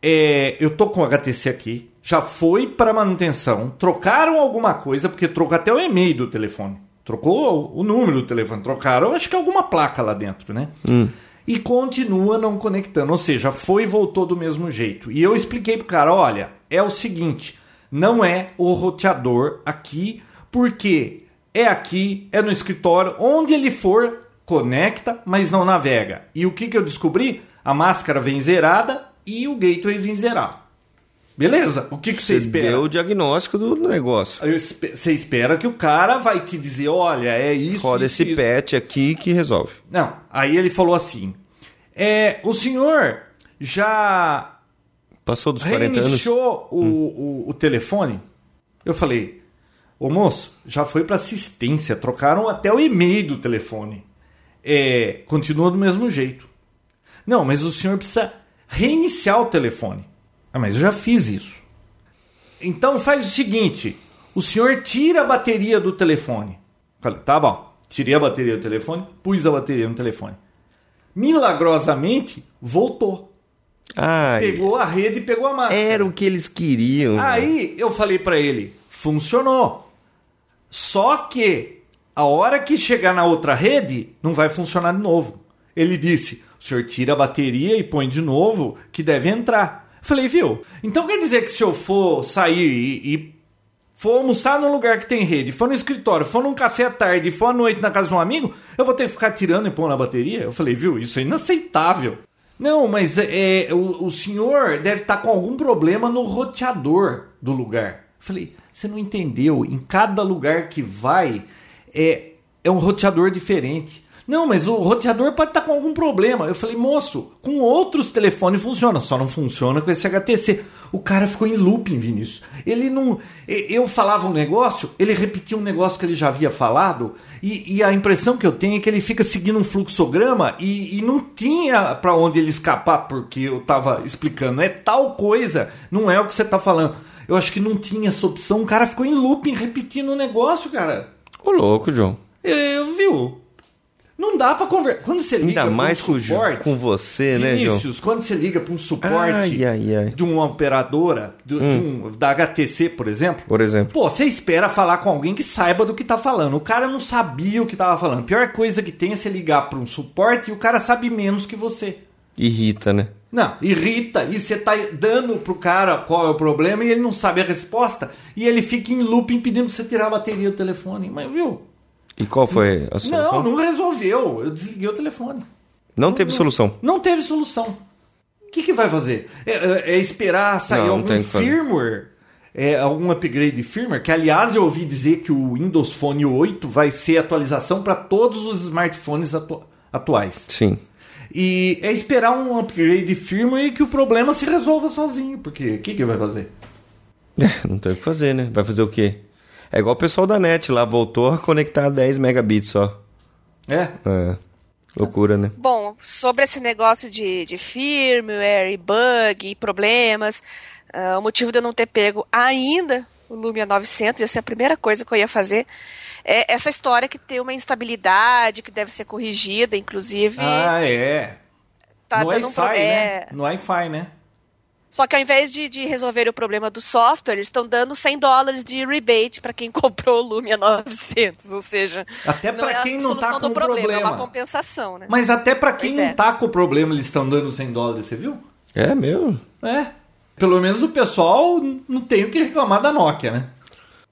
Speaker 2: é, eu tô com o HTC aqui, já foi para manutenção, trocaram alguma coisa, porque trocou até o e-mail do telefone. Trocou o o número do telefone, trocaram, acho que alguma placa lá dentro, né? E continua não conectando, ou seja, foi e voltou do mesmo jeito. E eu expliquei pro cara, olha, é o seguinte, não é o roteador aqui, porque é aqui, é no escritório, onde ele for, conecta, mas não navega. E o que, que eu descobri? A máscara vem zerada e o gateway vem zerado. Beleza? O que, que você
Speaker 3: Você
Speaker 2: espera?
Speaker 3: deu o diagnóstico do negócio.
Speaker 2: Eu espe- Você espera que o cara vai te dizer, olha, é isso.
Speaker 3: Roda
Speaker 2: isso,
Speaker 3: esse
Speaker 2: isso.
Speaker 3: patch aqui que resolve.
Speaker 2: Não, aí ele falou assim: é, o senhor já
Speaker 3: Passou dos 40 anos. Hum.
Speaker 2: reiniciou o, o, o telefone? Eu falei, ô moço, já foi pra assistência, trocaram até o e-mail do telefone. É, continua do mesmo jeito. Não, mas o senhor precisa reiniciar o telefone. Ah, mas eu já fiz isso. Então faz o seguinte: o senhor tira a bateria do telefone. Falei, tá bom. Tirei a bateria do telefone, pus a bateria no telefone. Milagrosamente, voltou.
Speaker 3: Ai,
Speaker 2: Pegou a rede e pegou a máscara.
Speaker 3: era o que eles queriam.
Speaker 2: Aí eu falei pra ele, funcionou. Só que a hora que chegar na outra rede, não vai funcionar de novo. Ele disse: o senhor tira a bateria e põe de novo, que deve entrar. Falei, viu? Então quer dizer que se eu for sair e, e for almoçar num lugar que tem rede, for no escritório, for num café à tarde, for à noite na casa de um amigo, eu vou ter que ficar tirando e pondo na bateria? Eu falei, viu, isso é inaceitável. Não, mas é, é, o, o senhor deve estar com algum problema no roteador do lugar. Eu falei, você não entendeu, em cada lugar que vai é, é um roteador diferente. Não, mas o roteador pode estar com algum problema. Eu falei, moço, com outros telefones funciona, só não funciona com esse HTC. O cara ficou em looping, Vinícius. Ele não. e- Eu falava um negócio, ele repetia um negócio que ele já havia falado, e, e a impressão que eu tenho é que ele fica seguindo um fluxograma e, e não tinha pra onde ele escapar, porque eu tava explicando. É tal coisa, não é o que você tá falando. Eu acho que não tinha essa opção. O cara ficou em looping repetindo o negócio, cara.
Speaker 3: Ô louco, João.
Speaker 2: Eu, eu- viu? Não dá pra conversar. Quando você liga
Speaker 3: Ainda
Speaker 2: pra um
Speaker 3: mais com, o Ju-
Speaker 2: suporte,
Speaker 3: com você, né, João?
Speaker 2: Vinícius, quando você liga pra um suporte
Speaker 3: Ai, ai, ai. Hum.
Speaker 2: de uma operadora, do- de um- da HTC, por exemplo,
Speaker 3: Por exemplo.
Speaker 2: Pô, você espera falar com alguém que saiba do que tá falando. O cara não sabia o que tava falando. A pior coisa que tem é você ligar pra um suporte e o cara sabe menos que você.
Speaker 3: Irrita, né?
Speaker 2: Não, irrita. E você tá dando pro cara qual é o problema e ele não sabe a resposta. E ele fica em looping pedindo pra você tirar a bateria do telefone. Mas viu?
Speaker 3: E qual foi a
Speaker 2: Não,
Speaker 3: solução?
Speaker 2: não resolveu. Eu desliguei o telefone.
Speaker 3: Não teve solução.
Speaker 2: Não teve solução. O que, que vai fazer? É, é- é esperar sair
Speaker 3: Não, não tem
Speaker 2: algum
Speaker 3: o que fazer.
Speaker 2: firmware? É, algum upgrade de firmware? Que, aliás, eu ouvi dizer que o Windows Phone 8 vai ser atualização para todos os smartphones atu- atuais.
Speaker 3: Sim.
Speaker 2: E é esperar um upgrade de firmware e que o problema se resolva sozinho. Porque o que, que vai fazer?
Speaker 3: É, não tem o que fazer, né? Vai fazer o quê? É igual o pessoal da net lá, voltou a conectar 10 megabits só.
Speaker 2: É,
Speaker 3: É. Loucura, né?
Speaker 1: Bom, sobre esse negócio de, de firmware e bug e problemas, ah, o motivo de eu não ter pego ainda o Lumia 900, essa é a primeira coisa que eu ia fazer, é essa história que tem uma instabilidade que deve ser corrigida, inclusive
Speaker 2: Ah, é.
Speaker 1: tá
Speaker 2: no
Speaker 1: dando um
Speaker 2: Wi-Fi,
Speaker 1: problema.
Speaker 2: né? No Wi-Fi, né?
Speaker 1: Só que ao invés de, de resolver o problema do software, eles estão dando 100 dólares de rebate para quem comprou o Lumia 900, ou seja,
Speaker 2: Até
Speaker 1: não é
Speaker 2: para
Speaker 1: a
Speaker 2: quem não tá
Speaker 1: solução
Speaker 2: com
Speaker 1: do problema, é uma compensação, né?
Speaker 2: Mas até pra quem
Speaker 1: Pois
Speaker 2: não
Speaker 1: é.
Speaker 2: tá com o problema, eles estão dando 100 dólares, você viu?
Speaker 3: É mesmo.
Speaker 2: É. Pelo menos o pessoal n- não tem o que reclamar da Nokia, né?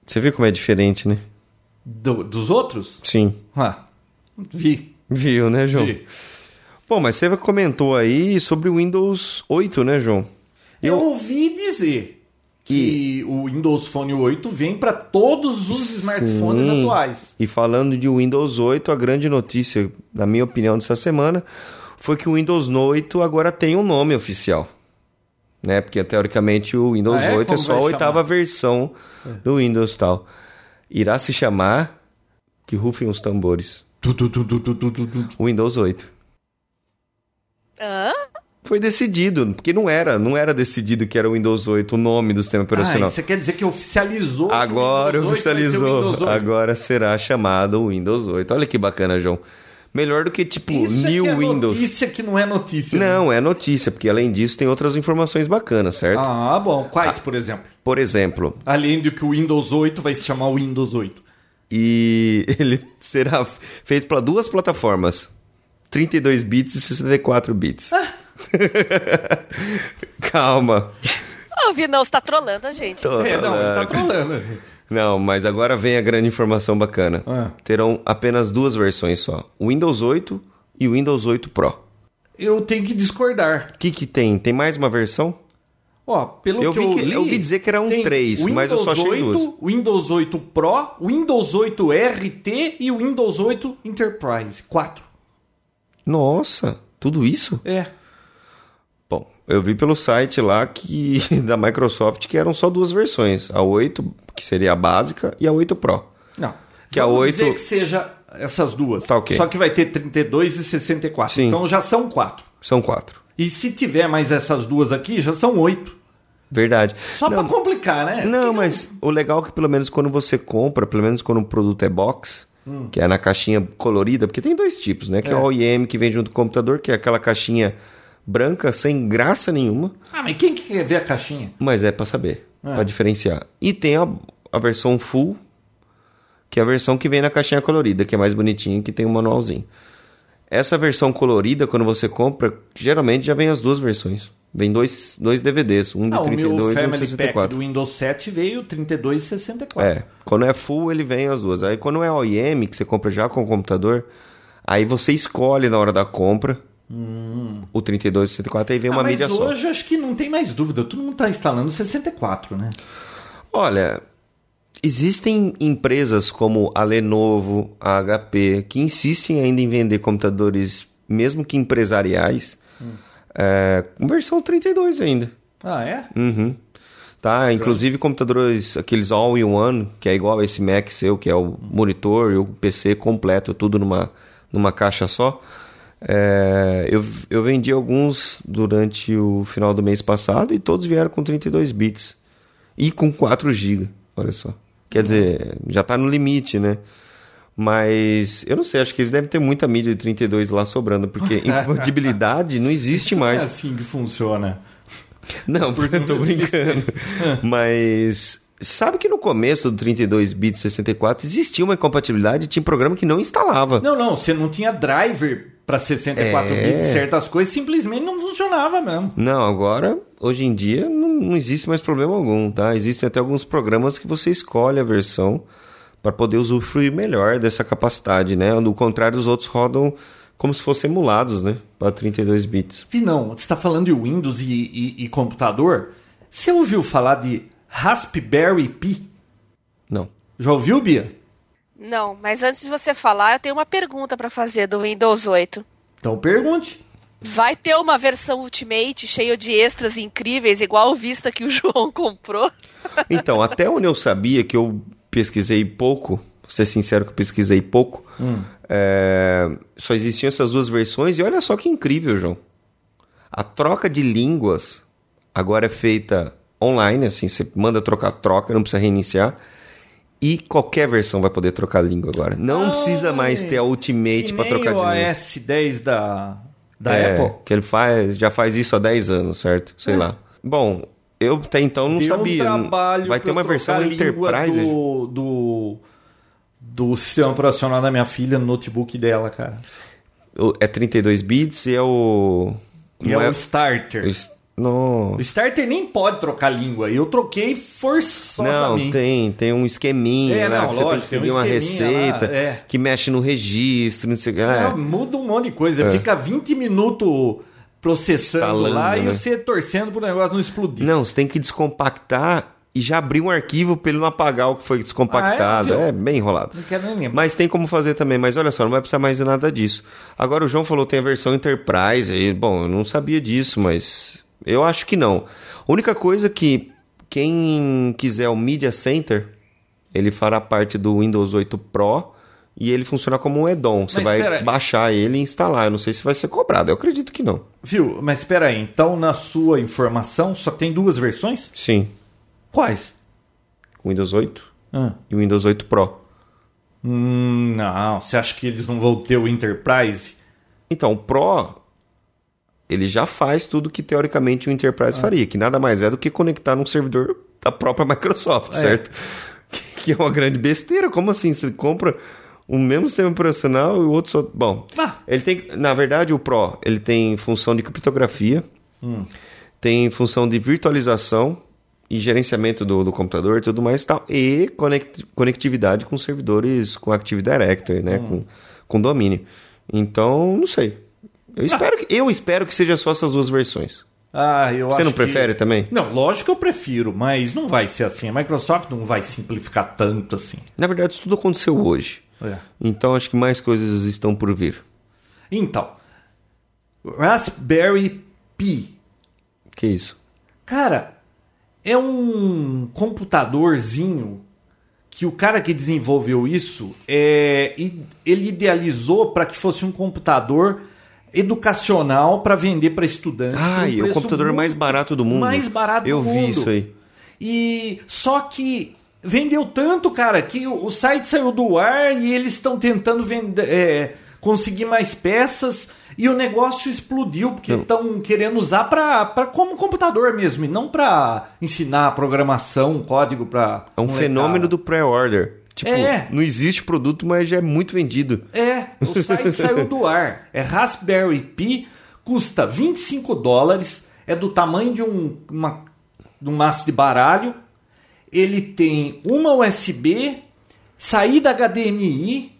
Speaker 3: Você viu como é diferente, né?
Speaker 2: Do- dos outros?
Speaker 3: Sim.
Speaker 2: Ah, vi.
Speaker 3: Viu, né, João?
Speaker 2: vi.
Speaker 3: Bom, mas você comentou aí sobre o Windows 8, né, João?
Speaker 2: Eu ouvi dizer que o Windows Phone 8 vem pra todos os smartphones
Speaker 3: Sim.
Speaker 2: atuais.
Speaker 3: E falando de Windows 8, a grande notícia, na minha opinião, dessa semana foi que o Windows 8 agora tem um nome oficial. Né? Porque teoricamente o Windows
Speaker 2: Ah, é?
Speaker 3: 8 é
Speaker 2: Como
Speaker 3: só a
Speaker 2: vai
Speaker 3: oitava
Speaker 2: chamar? É.
Speaker 3: versão do Windows tal. Irá se chamar que rufem os tambores.
Speaker 2: Tu, tu, tu, tu, tu, tu, tu, tu.
Speaker 3: Windows 8.
Speaker 1: Hã?
Speaker 3: Foi decidido, porque não era, não era decidido que era o Windows 8 o nome do sistema
Speaker 2: Ah,
Speaker 3: operacional.
Speaker 2: isso quer dizer que oficializou. que o Windows
Speaker 3: Agora
Speaker 2: 8 vai ser o
Speaker 3: oficializou.
Speaker 2: Windows 8.
Speaker 3: Agora será chamado Windows 8. Olha que bacana, João. Melhor do que tipo
Speaker 2: Isso é
Speaker 3: New
Speaker 2: que é
Speaker 3: Windows.
Speaker 2: notícia que não é notícia. né?
Speaker 3: Não, é notícia, porque além disso tem outras informações bacanas, certo?
Speaker 2: Ah, bom. Quais, por exemplo?
Speaker 3: Por exemplo,
Speaker 2: Além do que o Windows 8 vai se chamar Windows 8.
Speaker 3: e ele será feito para duas plataformas: 32 bits e 64 bits.
Speaker 2: Ah.
Speaker 3: Calma.
Speaker 1: Ah, vi, não, você tá trolando a gente.
Speaker 3: Tô
Speaker 2: É, não, ele tá
Speaker 3: falando.
Speaker 2: trolando.
Speaker 3: Não, mas agora vem a grande informação bacana.
Speaker 2: Ah.
Speaker 3: Terão apenas duas versões só: o Windows 8 e o Windows 8 Pro.
Speaker 2: Eu tenho que discordar.
Speaker 3: O que, que tem? Tem mais uma versão?
Speaker 2: Ó, pelo
Speaker 3: Eu
Speaker 2: que
Speaker 3: vi
Speaker 2: eu
Speaker 3: que-
Speaker 2: li,
Speaker 3: eu ouvi dizer que era um
Speaker 2: tem
Speaker 3: três, mas eu só achei
Speaker 2: 8, Windows 8 Pro, Windows 8 RT e o Windows 8 Enterprise. 4.
Speaker 3: Nossa, tudo isso?
Speaker 2: É.
Speaker 3: Bom, eu vi pelo site lá que da Microsoft que eram só duas versões: a 8, que seria a básica, e a 8 Pro.
Speaker 2: Não.
Speaker 3: Que a
Speaker 2: Vamos
Speaker 3: 8
Speaker 2: dizer que seja essas duas.
Speaker 3: Tá ok.
Speaker 2: Só que vai ter 32 e 64.
Speaker 3: Sim.
Speaker 2: Então já são 4.
Speaker 3: São quatro.
Speaker 2: E se tiver mais essas duas aqui, já são 8.
Speaker 3: Verdade.
Speaker 2: Só
Speaker 3: não,
Speaker 2: pra complicar, né?
Speaker 3: não, mas o legal é que pelo menos quando você compra, pelo menos quando o produto é box, que é na caixinha colorida, porque tem dois tipos, né? Que é, o OEM que vem junto com o computador, que é aquela caixinha branca, sem graça nenhuma,
Speaker 2: Ah, mas quem que quer ver a caixinha?
Speaker 3: mas é pra saber, pra diferenciar. E tem a, a versão full, que é a versão que vem na caixinha colorida, que é mais bonitinha, que tem um manualzinho. Essa versão colorida, quando você compra, geralmente já vem as duas versões. Vem dois, dois DVDs, um de
Speaker 2: Ah, o meu
Speaker 3: 32 e um de
Speaker 2: Family Pack
Speaker 3: 64.
Speaker 2: do Windows 7 veio 32 e 64.
Speaker 3: É, quando é full ele vem as duas. Aí quando é OEM, que você compra já com o computador, aí você escolhe na hora da compra o 32 e 64, aí vem uma
Speaker 2: Hum. ah, mas
Speaker 3: mídia só.
Speaker 2: hoje acho que não tem mais dúvida. Todo mundo tá instalando 64, né?
Speaker 3: Olha, existem empresas como a Lenovo, a HP, que insistem ainda em vender computadores, mesmo que empresariais, é, com versão 32 ainda.
Speaker 2: Ah, é?
Speaker 3: Uhum. Tá, inclusive computadores, aqueles all-in-one, que é igual a esse Mac seu, que é o monitor e o PC completo, tudo numa, numa caixa só. É, eu, eu vendi alguns durante o final do mês passado e todos vieram com 32 bits. E com 4 GB, olha só. Quer dizer, já tá no limite, né? Mas eu não sei, acho que eles devem ter muita mídia de 32 lá sobrando, porque incompatibilidade não existe
Speaker 2: Isso não
Speaker 3: mais.
Speaker 2: É assim que funciona.
Speaker 3: Não, porque eu tô brincando. Mas sabe que no começo do 32 bits 64 existia uma incompatibilidade, tinha programa que não instalava.
Speaker 2: Não, não, você não tinha driver para 64
Speaker 3: É.
Speaker 2: bits, certas coisas simplesmente não funcionava mesmo.
Speaker 3: Não, agora, hoje em dia, não, não existe mais problema algum, tá? Existem até alguns programas que você escolhe a versão para poder usufruir melhor dessa capacidade, né? Do contrário, os outros rodam como se fossem emulados, né? Para 32 bits.
Speaker 2: Vi não, você tá falando de Windows e, e- e computador? Você ouviu falar de Raspberry Pi?
Speaker 3: Não.
Speaker 2: Já ouviu, Bia?
Speaker 1: Não, mas antes de você falar, eu tenho uma pergunta pra fazer do Windows 8.
Speaker 2: Então pergunte.
Speaker 1: Vai ter uma versão Ultimate cheia de extras incríveis, igual o Vista que o João comprou?
Speaker 3: Então, até onde eu sabia que eu pesquisei pouco, vou ser sincero que eu pesquisei pouco, é, só existiam essas duas versões e olha só que incrível, João. A troca de línguas agora é feita online, assim, você manda trocar troca, não precisa reiniciar. E qualquer versão vai poder trocar língua agora. Não
Speaker 2: Ai,
Speaker 3: precisa mais ter a Ultimate
Speaker 2: que
Speaker 3: para
Speaker 2: nem
Speaker 3: trocar de
Speaker 2: o
Speaker 3: língua.
Speaker 2: OS 10 da, da
Speaker 3: É,
Speaker 2: Apple. É.
Speaker 3: Que ele faz, já faz isso há 10 anos, certo? Sei lá. Bom, eu até então não
Speaker 2: Deu
Speaker 3: sabia.
Speaker 2: Um trabalho
Speaker 3: vai
Speaker 2: pra
Speaker 3: ter
Speaker 2: eu
Speaker 3: uma
Speaker 2: trocar
Speaker 3: versão
Speaker 2: a língua
Speaker 3: Enterprise.
Speaker 2: do, do, do sistema operacional da minha filha no notebook dela, cara.
Speaker 3: O- É 32 bits e é o.
Speaker 2: E é,
Speaker 3: não
Speaker 2: o starter.
Speaker 3: o s- Não.
Speaker 2: O starter nem pode trocar a língua. E eu troquei forçosamente.
Speaker 3: Não, tem, tem um esqueminha
Speaker 2: É,
Speaker 3: lá
Speaker 2: não,
Speaker 3: que
Speaker 2: lógico, tem
Speaker 3: você tem
Speaker 2: um
Speaker 3: que seguir uma
Speaker 2: esqueminha lá,
Speaker 3: receita
Speaker 2: é.
Speaker 3: que mexe no registro, não sei o que.
Speaker 2: É,
Speaker 3: É,
Speaker 2: muda um monte de coisa. Fica 20 minutos processando
Speaker 3: Instalando,
Speaker 2: lá e
Speaker 3: né?
Speaker 2: você torcendo pro negócio não explodir.
Speaker 3: Não, você tem que descompactar e já abrir um arquivo pra ele não apagar o que foi descompactado.
Speaker 2: Ah, é? Viu?
Speaker 3: é bem enrolado.
Speaker 2: Não quero nem lembrar.
Speaker 3: Mas tem como fazer também, mas olha só, não vai precisar mais de nada disso. Agora o João falou tem a versão Enterprise, e, bom, eu não sabia disso, mas eu acho que não. A única coisa que quem quiser o Media Center, ele fará parte do Windows 8 Pro e ele funciona como um add-on. Você
Speaker 2: Mas
Speaker 3: vai
Speaker 2: pera aí.
Speaker 3: baixar ele e instalar. Eu não sei se vai ser cobrado, eu acredito que não.
Speaker 2: Viu? Mas espera aí. Então, na sua informação, só tem duas versões?
Speaker 3: Sim,
Speaker 2: Quais?
Speaker 3: o Windows 8
Speaker 2: Ah.
Speaker 3: e o Windows 8 Pro.
Speaker 2: Hum, não. Você acha que eles não vão ter o Enterprise?
Speaker 3: Então, o Pro, ele já faz tudo que teoricamente o Enterprise faria, que nada mais é do que conectar num servidor da própria Microsoft, certo? Que, que é uma grande besteira. Como assim? Você compra o mesmo sistema operacional e o outro só. Bom,
Speaker 2: Ah.
Speaker 3: ele tem. Na verdade, o Pro, ele tem função de criptografia, tem função de virtualização e gerenciamento do, do computador e tudo mais e tal. E conect- conectividade com servidores com Active Directory, né?
Speaker 2: Hum.
Speaker 3: Com, com domínio. Então, não sei. Eu espero, que, eu espero que seja só essas duas versões.
Speaker 2: Ah, eu
Speaker 3: Você
Speaker 2: acho
Speaker 3: não
Speaker 2: que-
Speaker 3: prefere também?
Speaker 2: Não, lógico que eu prefiro, mas não vai ser assim. A Microsoft não vai simplificar tanto assim.
Speaker 3: Na verdade, isso tudo aconteceu hoje.
Speaker 2: É.
Speaker 3: Então, acho que mais coisas estão por vir.
Speaker 2: Então, Raspberry Pi.
Speaker 3: Que isso?
Speaker 2: Cara, é um computadorzinho que o cara que desenvolveu isso é, i- ele idealizou para que fosse um computador educacional para vender para estudante. por um
Speaker 3: Ai, é o
Speaker 2: preço
Speaker 3: computador
Speaker 2: muito
Speaker 3: mais barato do mundo.
Speaker 2: Mais barato
Speaker 3: eu
Speaker 2: do mundo.
Speaker 3: vi isso aí.
Speaker 2: E só que vendeu tanto, cara, que o o site saiu do ar e eles estão tentando vender, é, conseguir mais peças e o negócio explodiu porque estão querendo usar para como computador mesmo e não para ensinar programação, código para
Speaker 3: É um fenômeno do pré-order. Tipo,
Speaker 2: É.
Speaker 3: não existe produto, mas já é muito vendido.
Speaker 2: É, o site saiu do ar. É Raspberry Pi, custa 25 dólares, é do tamanho de um, uma, de um maço de baralho. Ele tem uma USB, saída HDMI,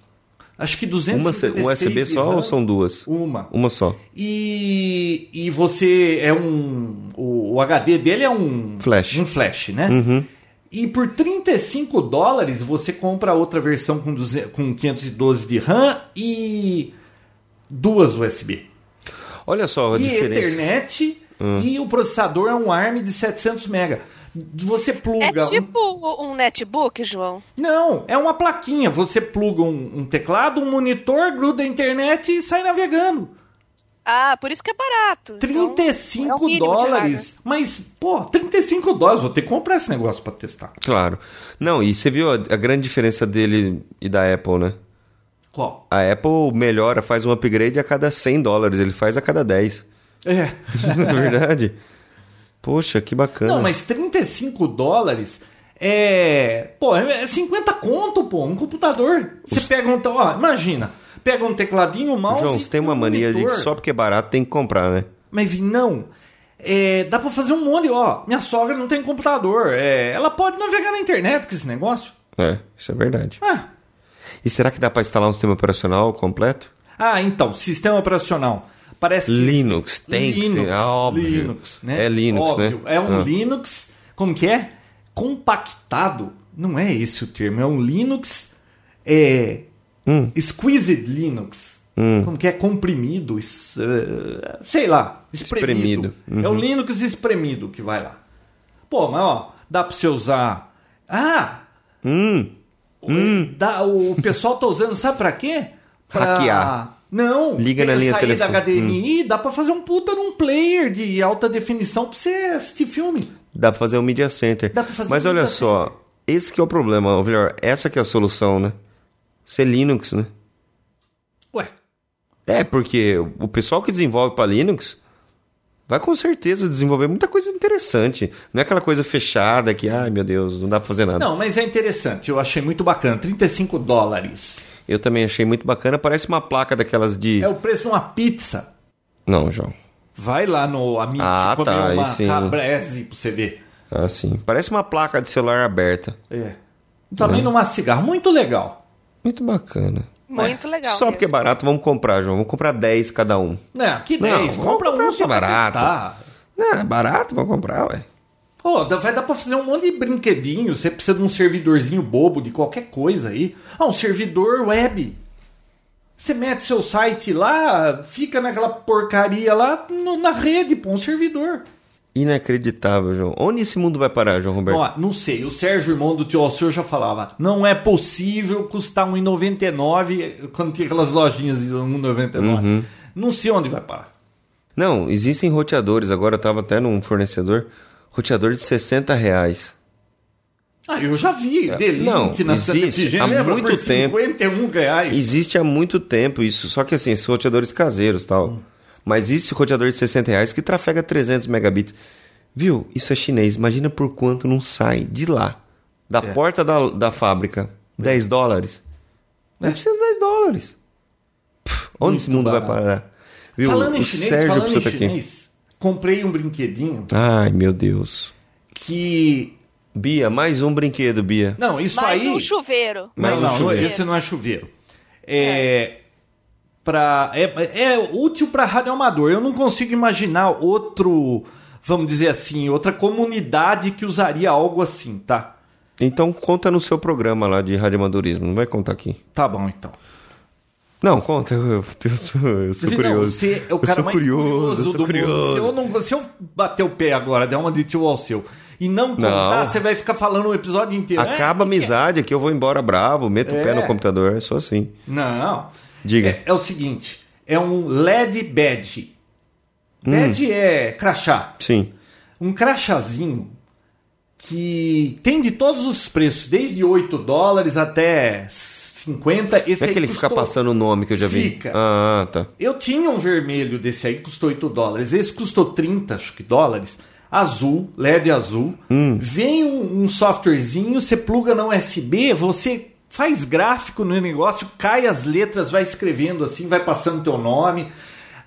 Speaker 2: acho que
Speaker 3: Uma
Speaker 2: 256
Speaker 3: um USB
Speaker 2: de
Speaker 3: só
Speaker 2: RAM.
Speaker 3: ou são duas?
Speaker 2: Uma.
Speaker 3: Uma só.
Speaker 2: E, e você é um... O, o HD dele é um...
Speaker 3: Flash.
Speaker 2: Um flash, né?
Speaker 3: Uhum.
Speaker 2: E por 35 dólares você compra outra versão com, 200 com 512 de RAM e duas USB.
Speaker 3: Olha só a
Speaker 2: e
Speaker 3: diferença. Hum.
Speaker 2: Ethernet e o processador é um ARM de 700 MB. Você
Speaker 1: É
Speaker 2: pluga. um-
Speaker 1: tipo um netbook, João?
Speaker 2: Não, é uma plaquinha. Você pluga um, um teclado, um monitor, gruda a internet e sai navegando.
Speaker 1: Ah, por isso que é barato. Então,
Speaker 2: 35
Speaker 1: é o mínimo de
Speaker 2: dólares? Mas, pô, 35 dólares, vou ter que comprar esse negócio pra testar.
Speaker 3: Claro. Não, e você viu a, a grande diferença dele e da Apple, né?
Speaker 2: Qual?
Speaker 3: A Apple melhora, faz um upgrade a cada 100 dólares, ele faz a cada 10.
Speaker 2: É.
Speaker 3: Na verdade. Poxa, que bacana.
Speaker 2: Não, mas 35 dólares é. Pô, é 50 conto, pô, um computador. Você pega um. te- Ó, imagina. Pega um tecladinho, um mouse.
Speaker 3: João, você tem uma
Speaker 2: um
Speaker 3: mania de que
Speaker 2: monitor.
Speaker 3: só porque é barato tem que comprar, né?
Speaker 2: Mas vi, não. É, dá pra fazer um monte, ó. Minha sogra não tem computador. É, ela pode navegar na internet com esse negócio.
Speaker 3: É, isso é verdade.
Speaker 2: Ah,
Speaker 3: E será que dá pra instalar um sistema operacional completo?
Speaker 2: ah então, sistema operacional. Parece que.
Speaker 3: Linux, tem que ser. Ah, óbvio.
Speaker 2: Linux, né?
Speaker 3: É Linux,
Speaker 2: Óbvio,
Speaker 3: né?
Speaker 2: É um
Speaker 3: Ah.
Speaker 2: Linux, como que é? Compactado. Não é esse o termo, é um Linux é
Speaker 3: Hum.
Speaker 2: squeezed Linux. Como que é comprimido, es- eh, sei lá, espremido.
Speaker 3: Espremido. Uhum.
Speaker 2: É um Linux espremido que vai lá. Pô, mas ó, dá pra você usar. Ah,
Speaker 3: Hum,
Speaker 2: o- dá- o pessoal tá usando, sabe pra quê? Pra...
Speaker 3: Hackear.
Speaker 2: Não,
Speaker 3: Liga na
Speaker 2: tem-
Speaker 3: linha Hum.
Speaker 2: sair da
Speaker 3: telefônica.
Speaker 2: HDMI, dá pra fazer um puta num player de alta definição pra você assistir filme.
Speaker 3: dá pra fazer um media center.
Speaker 2: Dá pra fazer
Speaker 3: Mas
Speaker 2: um
Speaker 3: olha
Speaker 2: media
Speaker 3: só, esse que é o problema, ou melhor, essa que é a solução, né? Ser Linux, né?
Speaker 2: Ué,
Speaker 3: É, porque o pessoal que desenvolve para Linux vai com certeza desenvolver muita coisa interessante. Não é aquela coisa fechada que, ai meu Deus, não dá pra fazer nada.
Speaker 2: não, mas é interessante, eu achei muito bacana, 35 dólares.
Speaker 3: Eu também achei muito bacana, parece uma placa daquelas de.
Speaker 2: É o preço de uma pizza.
Speaker 3: Não, João.
Speaker 2: Vai lá no Amit
Speaker 3: Ah,
Speaker 2: comer
Speaker 3: tá, aí
Speaker 2: uma
Speaker 3: sim.
Speaker 2: cabrese pra você ver.
Speaker 3: Ah, sim. Parece uma placa de celular aberta.
Speaker 2: É. Também numa cigarra, muito legal.
Speaker 3: Muito bacana.
Speaker 1: Muito legal.
Speaker 3: Só porque é
Speaker 1: mesmo.
Speaker 3: barato, vamos comprar, João. Vamos comprar 10 cada um.
Speaker 2: Não, que
Speaker 3: Não,
Speaker 2: 10,
Speaker 3: vou
Speaker 2: Né, compra
Speaker 3: comprar
Speaker 2: um
Speaker 3: um
Speaker 2: só pra
Speaker 3: barato.
Speaker 2: testar.
Speaker 3: Não, é barato, vamos comprar, ué.
Speaker 2: Pô, dá- vai dar pra fazer um monte de brinquedinho. Você precisa de um servidorzinho bobo de qualquer coisa aí. Ah, um servidor web. Você mete seu site lá, fica naquela porcaria lá no- na rede, pô, um servidor.
Speaker 3: Inacreditável, João. Onde esse mundo vai parar, João Roberto?
Speaker 2: Ó, não sei, o Sérgio, irmão do tio Alceu, já falava: não é possível custar R$1,99 quando tinha aquelas lojinhas de R$1,99.
Speaker 3: Uhum.
Speaker 2: Não sei onde vai parar.
Speaker 3: Não, existem roteadores. Agora eu tava até num fornecedor. Roteador de 60 reais.
Speaker 2: Ah, eu já vi, Delink
Speaker 3: É, não,
Speaker 2: na Santa
Speaker 3: existe,
Speaker 2: Efigênia,
Speaker 3: há
Speaker 2: lembra?
Speaker 3: muito
Speaker 2: por
Speaker 3: tempo.
Speaker 2: 51 reais.
Speaker 3: Existe há muito tempo isso. Só que assim, são roteadores caseiros e tal.
Speaker 2: Hum.
Speaker 3: Mas existe roteador de 60 reais que trafega 300 megabits. Viu? Isso é chinês. Imagina por quanto não sai de lá. Da
Speaker 2: É.
Speaker 3: porta da, da fábrica. 10 dólares.
Speaker 2: É.
Speaker 3: Não precisa de 10 dólares. Pff, onde esse mundo vai
Speaker 2: barato.
Speaker 3: parar? Viu?
Speaker 2: falando em
Speaker 3: O
Speaker 2: chinês,
Speaker 3: Sérgio
Speaker 2: falando em
Speaker 3: precisa tá aqui.
Speaker 2: chinês, comprei um brinquedinho
Speaker 3: Ai, meu Deus.
Speaker 2: que.
Speaker 3: Bia, mais um brinquedo, Bia.
Speaker 2: Não, isso
Speaker 1: Mais
Speaker 2: aí.
Speaker 1: um chuveiro.
Speaker 2: não,
Speaker 3: Mais um
Speaker 2: não,
Speaker 3: chuveiro.
Speaker 2: esse não é chuveiro. É. pra- é, é útil para radioamador. Eu não consigo imaginar outro, vamos dizer assim, outra comunidade que usaria algo assim, tá?
Speaker 3: Então conta no seu programa lá de radioamadorismo, não vai contar aqui.
Speaker 2: Tá bom, então.
Speaker 3: Não, conta, eu, eu, sou, eu sou
Speaker 2: Não,
Speaker 3: curioso.
Speaker 2: você é o
Speaker 3: eu
Speaker 2: cara
Speaker 3: sou
Speaker 2: mais curioso,
Speaker 3: eu sou
Speaker 2: do mundo. é
Speaker 3: curioso.
Speaker 2: Se eu, não, se eu bater o pé agora, der uma de tio ao seu, e não contar,
Speaker 3: Não.
Speaker 2: você vai ficar falando o episódio inteiro. É,
Speaker 3: Acaba a
Speaker 2: que que é?
Speaker 3: amizade aqui, eu vou embora bravo, meto
Speaker 2: É.
Speaker 3: o pé no computador, sou assim.
Speaker 2: Não.
Speaker 3: Diga.
Speaker 2: É, é o seguinte, é um LED badge.
Speaker 3: Hum.
Speaker 2: Badge é crachá.
Speaker 3: Sim.
Speaker 2: Um crachazinho que tem de todos os preços, desde 8 dólares até 50. Esse
Speaker 3: Não é
Speaker 2: aí
Speaker 3: que ele
Speaker 2: custou-
Speaker 3: fica passando o nome que eu já vi.
Speaker 2: Fica.
Speaker 3: Ah, tá.
Speaker 2: Eu tinha um vermelho desse aí, custou 8 dólares. Esse custou 30, acho que, dólares. Azul, LED azul. Vem um, um softwarezinho, você pluga na USB, você faz gráfico no negócio, cai as letras, vai escrevendo assim, vai passando teu nome.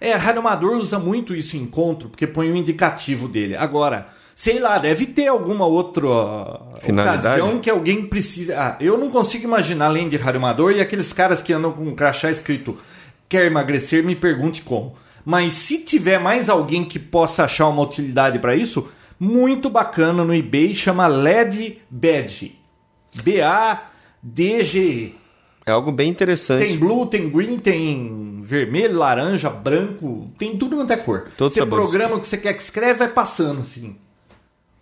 Speaker 2: É, Rádio Amador usa muito isso em encontro, porque põe o indicativo dele. Agora, sei lá, deve ter alguma outra ó,
Speaker 3: Finalidade?
Speaker 2: ocasião que alguém precisa. Ah, eu não consigo imaginar além de rádio amador e aqueles caras que andam com um crachá escrito quer emagrecer, me pergunte como. Mas se tiver mais alguém que possa achar uma utilidade pra isso, muito bacana no eBay, chama LED Badge. B A D G E.
Speaker 3: É algo bem interessante.
Speaker 2: Tem blue, tem green, tem vermelho, laranja, branco, tem tudo quanto é cor.
Speaker 3: Todos
Speaker 2: você
Speaker 3: sabores.
Speaker 2: programa o que você quer que escreve, vai passando assim.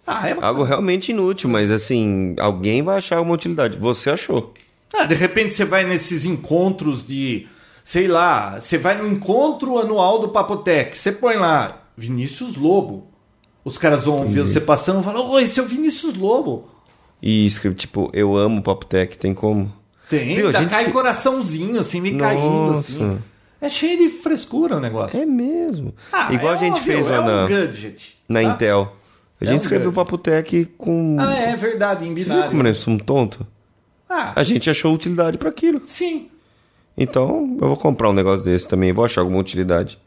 Speaker 2: Ah, é bacana.
Speaker 3: Algo realmente inútil, mas assim, alguém vai achar uma utilidade. Você achou.
Speaker 2: Ah, de repente você vai nesses encontros de sei lá, você vai no encontro anual do Papotec, você põe lá Vinícius Lobo. Os caras vão ver você passando e falam: Ô, esse é o Vinícius Lobo.
Speaker 3: E escreve, tipo, eu amo Poptech, tem como?
Speaker 2: Tem,
Speaker 3: Viu, a
Speaker 2: ainda
Speaker 3: gente
Speaker 2: cai
Speaker 3: fe-
Speaker 2: coraçãozinho, assim, me caindo, assim.
Speaker 3: Nossa.
Speaker 2: É cheio de frescura o negócio.
Speaker 3: É mesmo.
Speaker 2: Ah,
Speaker 3: Igual
Speaker 2: é
Speaker 3: a gente
Speaker 2: óbvio,
Speaker 3: fez lá
Speaker 2: é um
Speaker 3: na,
Speaker 2: gadget,
Speaker 3: na
Speaker 2: tá?
Speaker 3: Intel. A
Speaker 2: É
Speaker 3: gente
Speaker 2: um
Speaker 3: escreveu
Speaker 2: grande.
Speaker 3: Papotec com.
Speaker 2: Ah, é verdade, em
Speaker 3: Você viu
Speaker 2: binário.
Speaker 3: como nós somos tontos?
Speaker 2: Ah,
Speaker 3: um A gente achou utilidade pra aquilo.
Speaker 2: sim.
Speaker 3: Então, eu vou comprar um negócio desse também, vou achar alguma utilidade.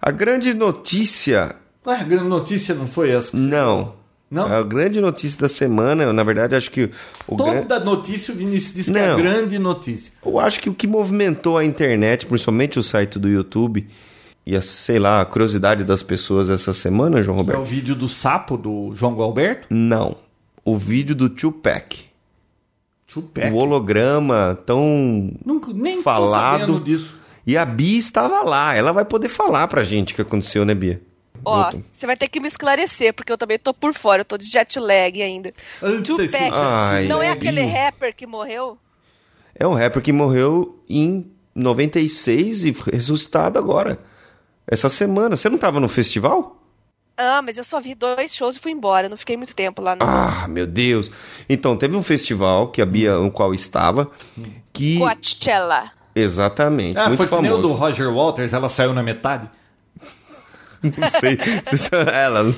Speaker 3: A grande notícia.
Speaker 2: Ah, a grande notícia não foi essa.
Speaker 3: Não.
Speaker 2: Não?
Speaker 3: A grande notícia da semana, na verdade, acho que o gran-
Speaker 2: Toda notícia, o Vinícius disse que é a
Speaker 3: Não.
Speaker 2: grande notícia.
Speaker 3: Eu acho que o que movimentou a internet, principalmente o site do YouTube, e a, sei lá, a curiosidade das pessoas essa semana, João
Speaker 2: É
Speaker 3: Roberto?
Speaker 2: o vídeo do sapo do João Galberto?
Speaker 3: Não. O vídeo do Tupac.
Speaker 2: Chupé.
Speaker 3: O holograma tão.
Speaker 2: Nunca, nem
Speaker 3: falado.
Speaker 2: tô sabendo disso.
Speaker 3: E a Bia estava lá. Ela vai poder falar pra gente o que aconteceu, né, Bia?
Speaker 1: Ó,
Speaker 3: Voltou.
Speaker 1: você vai ter que me esclarecer, porque eu também tô por fora, eu tô de jet lag ainda.
Speaker 2: Eita, esse
Speaker 1: Tupac,
Speaker 2: jet
Speaker 3: Ai,
Speaker 1: não é
Speaker 3: lag.
Speaker 1: aquele rapper que morreu?
Speaker 3: É um rapper que morreu em 96 e foi ressuscitado agora. Essa semana. Você não tava no festival?
Speaker 1: Ah, mas eu só vi dois shows e fui embora, não fiquei muito tempo lá no...
Speaker 3: Ah, meu Deus. Então, teve um festival que a Bia,
Speaker 1: Hum.
Speaker 3: no qual estava, que.
Speaker 1: Coachella.
Speaker 3: Exatamente.
Speaker 2: Ah,
Speaker 3: muito
Speaker 2: foi que nem
Speaker 3: famoso.
Speaker 2: o do Roger Walters, ela saiu na metade?
Speaker 3: Não sei. se isso- ela.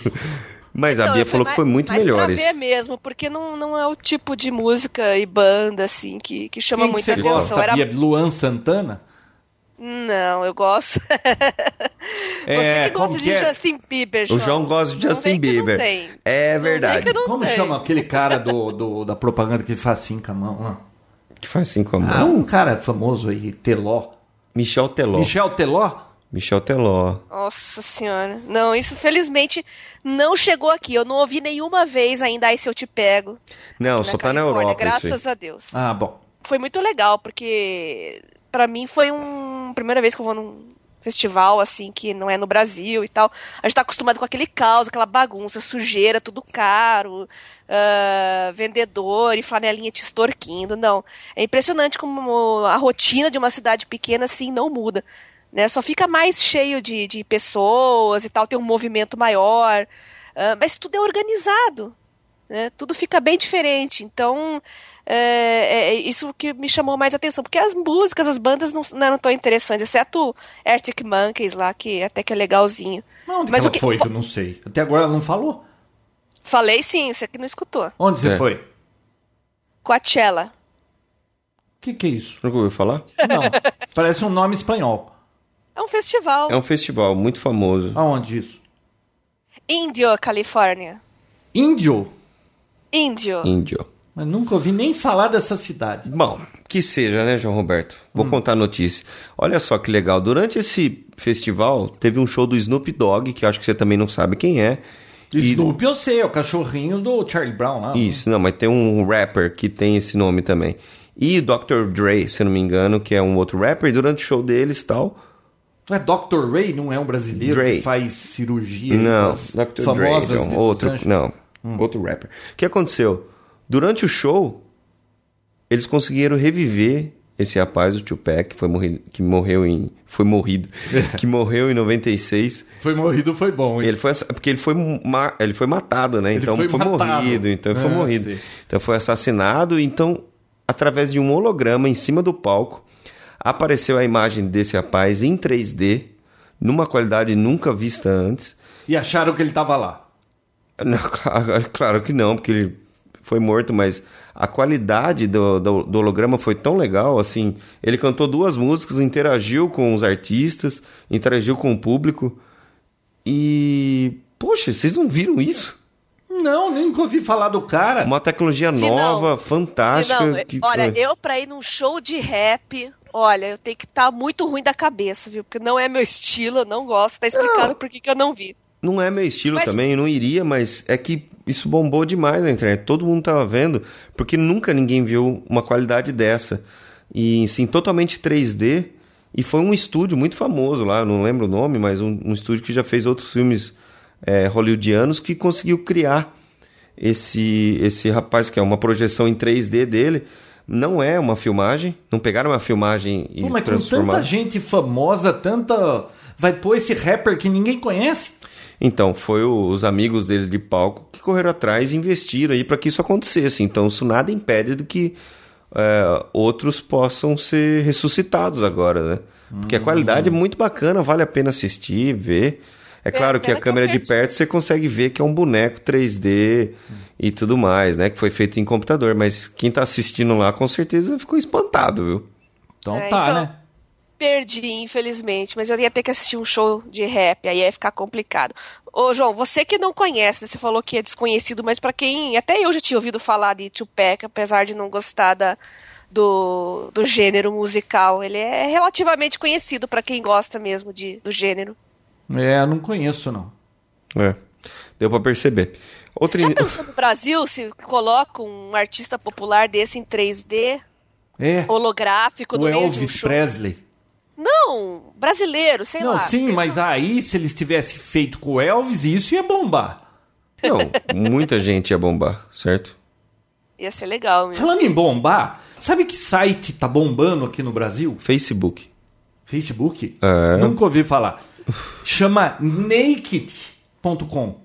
Speaker 3: Mas a
Speaker 1: Não, Então,
Speaker 3: Bia
Speaker 1: eu-
Speaker 3: falou que
Speaker 1: mas-
Speaker 3: foi muito
Speaker 1: mas
Speaker 3: melhor
Speaker 1: pra
Speaker 3: esse.
Speaker 1: ver mesmo, porque não, não é o tipo de música e banda, assim, que, que chama
Speaker 2: Quem que
Speaker 1: muita
Speaker 2: você
Speaker 1: atenção.
Speaker 2: gosta,
Speaker 1: Era...
Speaker 2: Bia? Luan Santana?
Speaker 1: Não, eu gosto... você que
Speaker 2: como
Speaker 1: gosta de
Speaker 2: que é?
Speaker 1: Justin Bieber,
Speaker 3: O
Speaker 1: João.
Speaker 3: João gosta de
Speaker 1: Não
Speaker 3: Justin
Speaker 1: vem que não
Speaker 3: Bieber.
Speaker 1: tem.
Speaker 3: É
Speaker 1: Não vem
Speaker 3: verdade.
Speaker 1: que não
Speaker 2: Como
Speaker 1: tem.
Speaker 2: chama aquele cara do, do- da propaganda que ele faz assim com a mão? ó?
Speaker 3: Que faz assim com a
Speaker 2: Ah,
Speaker 3: mão.
Speaker 2: um cara famoso aí, Teló.
Speaker 3: Michel Teló.
Speaker 2: Michel Teló?
Speaker 3: Michel Teló.
Speaker 1: Nossa senhora. Não, isso felizmente não chegou aqui. Eu não ouvi nenhuma vez ainda, aí se eu te pego.
Speaker 3: Não, só tá
Speaker 1: Califórnia,
Speaker 3: na Europa isso aí.
Speaker 1: Graças a Deus.
Speaker 2: Ah, bom.
Speaker 1: Foi muito legal, porque pra mim foi um primeira vez que eu vou num festival, assim, que não é no Brasil e tal. A gente tá acostumado com aquele caos, aquela bagunça, sujeira, tudo caro, ah, vendedor e flanelinha te extorquindo. Não, é impressionante como a rotina de uma cidade pequena, assim, não muda. Né? Só fica mais cheio de, de pessoas e tal, tem um movimento maior, ah, mas tudo é organizado né? Tudo fica bem diferente. Então, é, é isso que me chamou mais atenção, porque as músicas, as bandas não, não eram tão interessantes, exceto Arctic Monkeys lá, que até que é legalzinho.
Speaker 2: Mas onde
Speaker 1: Mas
Speaker 2: que
Speaker 1: o
Speaker 2: ela
Speaker 1: que-
Speaker 2: foi, que eu não sei. Até agora ela não falou.
Speaker 1: Falei sim, você que não escutou.
Speaker 2: Onde você
Speaker 3: É.
Speaker 2: foi? O
Speaker 1: Coachella.
Speaker 2: que, que é isso?
Speaker 3: Nunca ouviu falar?
Speaker 2: Não, parece um nome espanhol.
Speaker 1: É um festival.
Speaker 3: É um festival muito famoso.
Speaker 2: Aonde isso?
Speaker 1: Índio, Califórnia.
Speaker 2: Índio?
Speaker 1: Índio.
Speaker 3: Índio.
Speaker 2: Mas nunca ouvi nem falar dessa cidade.
Speaker 3: Bom, que seja, né, João Roberto? Vou contar a notícia. Olha só que legal. Durante esse festival, teve um show do Snoop Dogg, que eu acho que você também não sabe quem é. E-
Speaker 2: Snoopy eu sei, é o cachorrinho do Charlie Brown lá.
Speaker 3: Isso, não, mas tem um rapper que tem esse nome também. E o Dr. Dre, se eu não me engano, que é um outro rapper, e durante o show deles e tal.
Speaker 2: Não é Dr. Ray, não é um brasileiro
Speaker 3: Dre.
Speaker 2: que faz cirurgia.
Speaker 3: Não,
Speaker 2: das
Speaker 3: Dr. Dre,
Speaker 2: famosas
Speaker 3: então,
Speaker 2: de Hum.
Speaker 3: outro,
Speaker 2: Los Angeles?
Speaker 3: não, outro rapper. O que aconteceu? Durante o show, eles conseguiram reviver esse rapaz, o Tupac, que foi morrido, que morreu em, foi morrido, que morreu em 96.
Speaker 2: Foi morrido, foi bom. hein?
Speaker 3: né? Ele foi, assa- porque ele foi, ma- ele foi matado, né?
Speaker 2: Ele
Speaker 3: então
Speaker 2: foi
Speaker 3: foi,
Speaker 2: matado.
Speaker 3: morrido, então ele foi
Speaker 2: Ah,
Speaker 3: morrido.
Speaker 2: sim.
Speaker 3: Então foi assassinado, então através de um holograma em cima do palco apareceu a imagem desse rapaz em 3D, numa qualidade nunca vista antes.
Speaker 2: E acharam que ele tava lá.
Speaker 3: Não, claro, claro que não, porque ele foi morto, mas a qualidade do, do, do holograma foi tão legal, assim, ele cantou duas músicas, interagiu com os artistas, interagiu com o público, e... Poxa, vocês não viram isso?
Speaker 2: Não, nunca ouvi falar do cara.
Speaker 3: Uma tecnologia
Speaker 1: Final.
Speaker 3: nova, fantástica.
Speaker 1: Não,
Speaker 3: que- é.
Speaker 1: olha, eu pra ir num show de rap, olha, eu tenho que estar muito ruim da cabeça, viu? Porque não é meu estilo, eu não gosto. Tá explicado por que que eu não vi.
Speaker 3: Não é meu estilo
Speaker 1: Mas-
Speaker 3: também, eu não iria, mas é que isso bombou demais na internet. Todo mundo tava vendo, porque nunca ninguém viu uma qualidade dessa. E sim, totalmente 3D. E foi um estúdio muito famoso lá, eu não lembro o nome, mas um, um estúdio que já fez outros filmes eh, hollywoodianos que é conseguiu criar esse, esse rapaz, que é uma projeção em 3D dele, Não é uma filmagem, não pegaram uma filmagem e
Speaker 2: Pô, mas com tanta
Speaker 3: transformaram.
Speaker 2: gente famosa, tanta. Vai pôr esse rapper que ninguém conhece?
Speaker 3: Então, foi o- os amigos deles de palco que correram atrás e investiram aí para que isso acontecesse. Então, isso nada impede do que é, outros possam ser ressuscitados agora, né? Porque a qualidade é muito bacana, vale a pena assistir, ver. É
Speaker 1: Pena-
Speaker 3: claro que a
Speaker 1: pena que
Speaker 3: câmera
Speaker 1: eu
Speaker 3: de
Speaker 1: perdi.
Speaker 3: perto você consegue ver que é um boneco 3D e tudo mais, né? Que foi feito em computador, mas quem tá assistindo lá com certeza ficou espantado, viu?
Speaker 2: Então
Speaker 1: É,
Speaker 2: tá,
Speaker 1: isso-
Speaker 2: né?
Speaker 1: Perdi, infelizmente, mas eu ia ter que assistir um show de rap, aí ia ficar complicado. Ô, João, você que não conhece, né, você falou que é desconhecido, mas pra quem. Até eu já tinha ouvido falar de Tupac, apesar de não gostar da, do, do gênero musical. Ele é relativamente conhecido pra quem gosta mesmo de, do gênero.
Speaker 2: É, eu não conheço, não.
Speaker 3: É. Deu pra perceber. Outra...
Speaker 1: Já pensou no Brasil se coloca um artista popular desse em 3D,
Speaker 2: É,
Speaker 1: holográfico, no
Speaker 2: o
Speaker 1: meio de um
Speaker 2: Elvis
Speaker 1: show?
Speaker 2: Presley.
Speaker 1: Não, brasileiro, sei
Speaker 2: não,
Speaker 1: lá.
Speaker 2: sim,
Speaker 1: Pensa-
Speaker 2: mas aí se eles tivessem feito com o Elvis, isso ia bombar.
Speaker 3: Não, muita gente ia bombar, certo?
Speaker 1: Ia ser legal mesmo.
Speaker 2: Falando em bombar, sabe que site tá bombando aqui no Brasil?
Speaker 3: Facebook.
Speaker 2: Facebook?
Speaker 3: É.
Speaker 2: Nunca ouvi falar. Chama naked.com.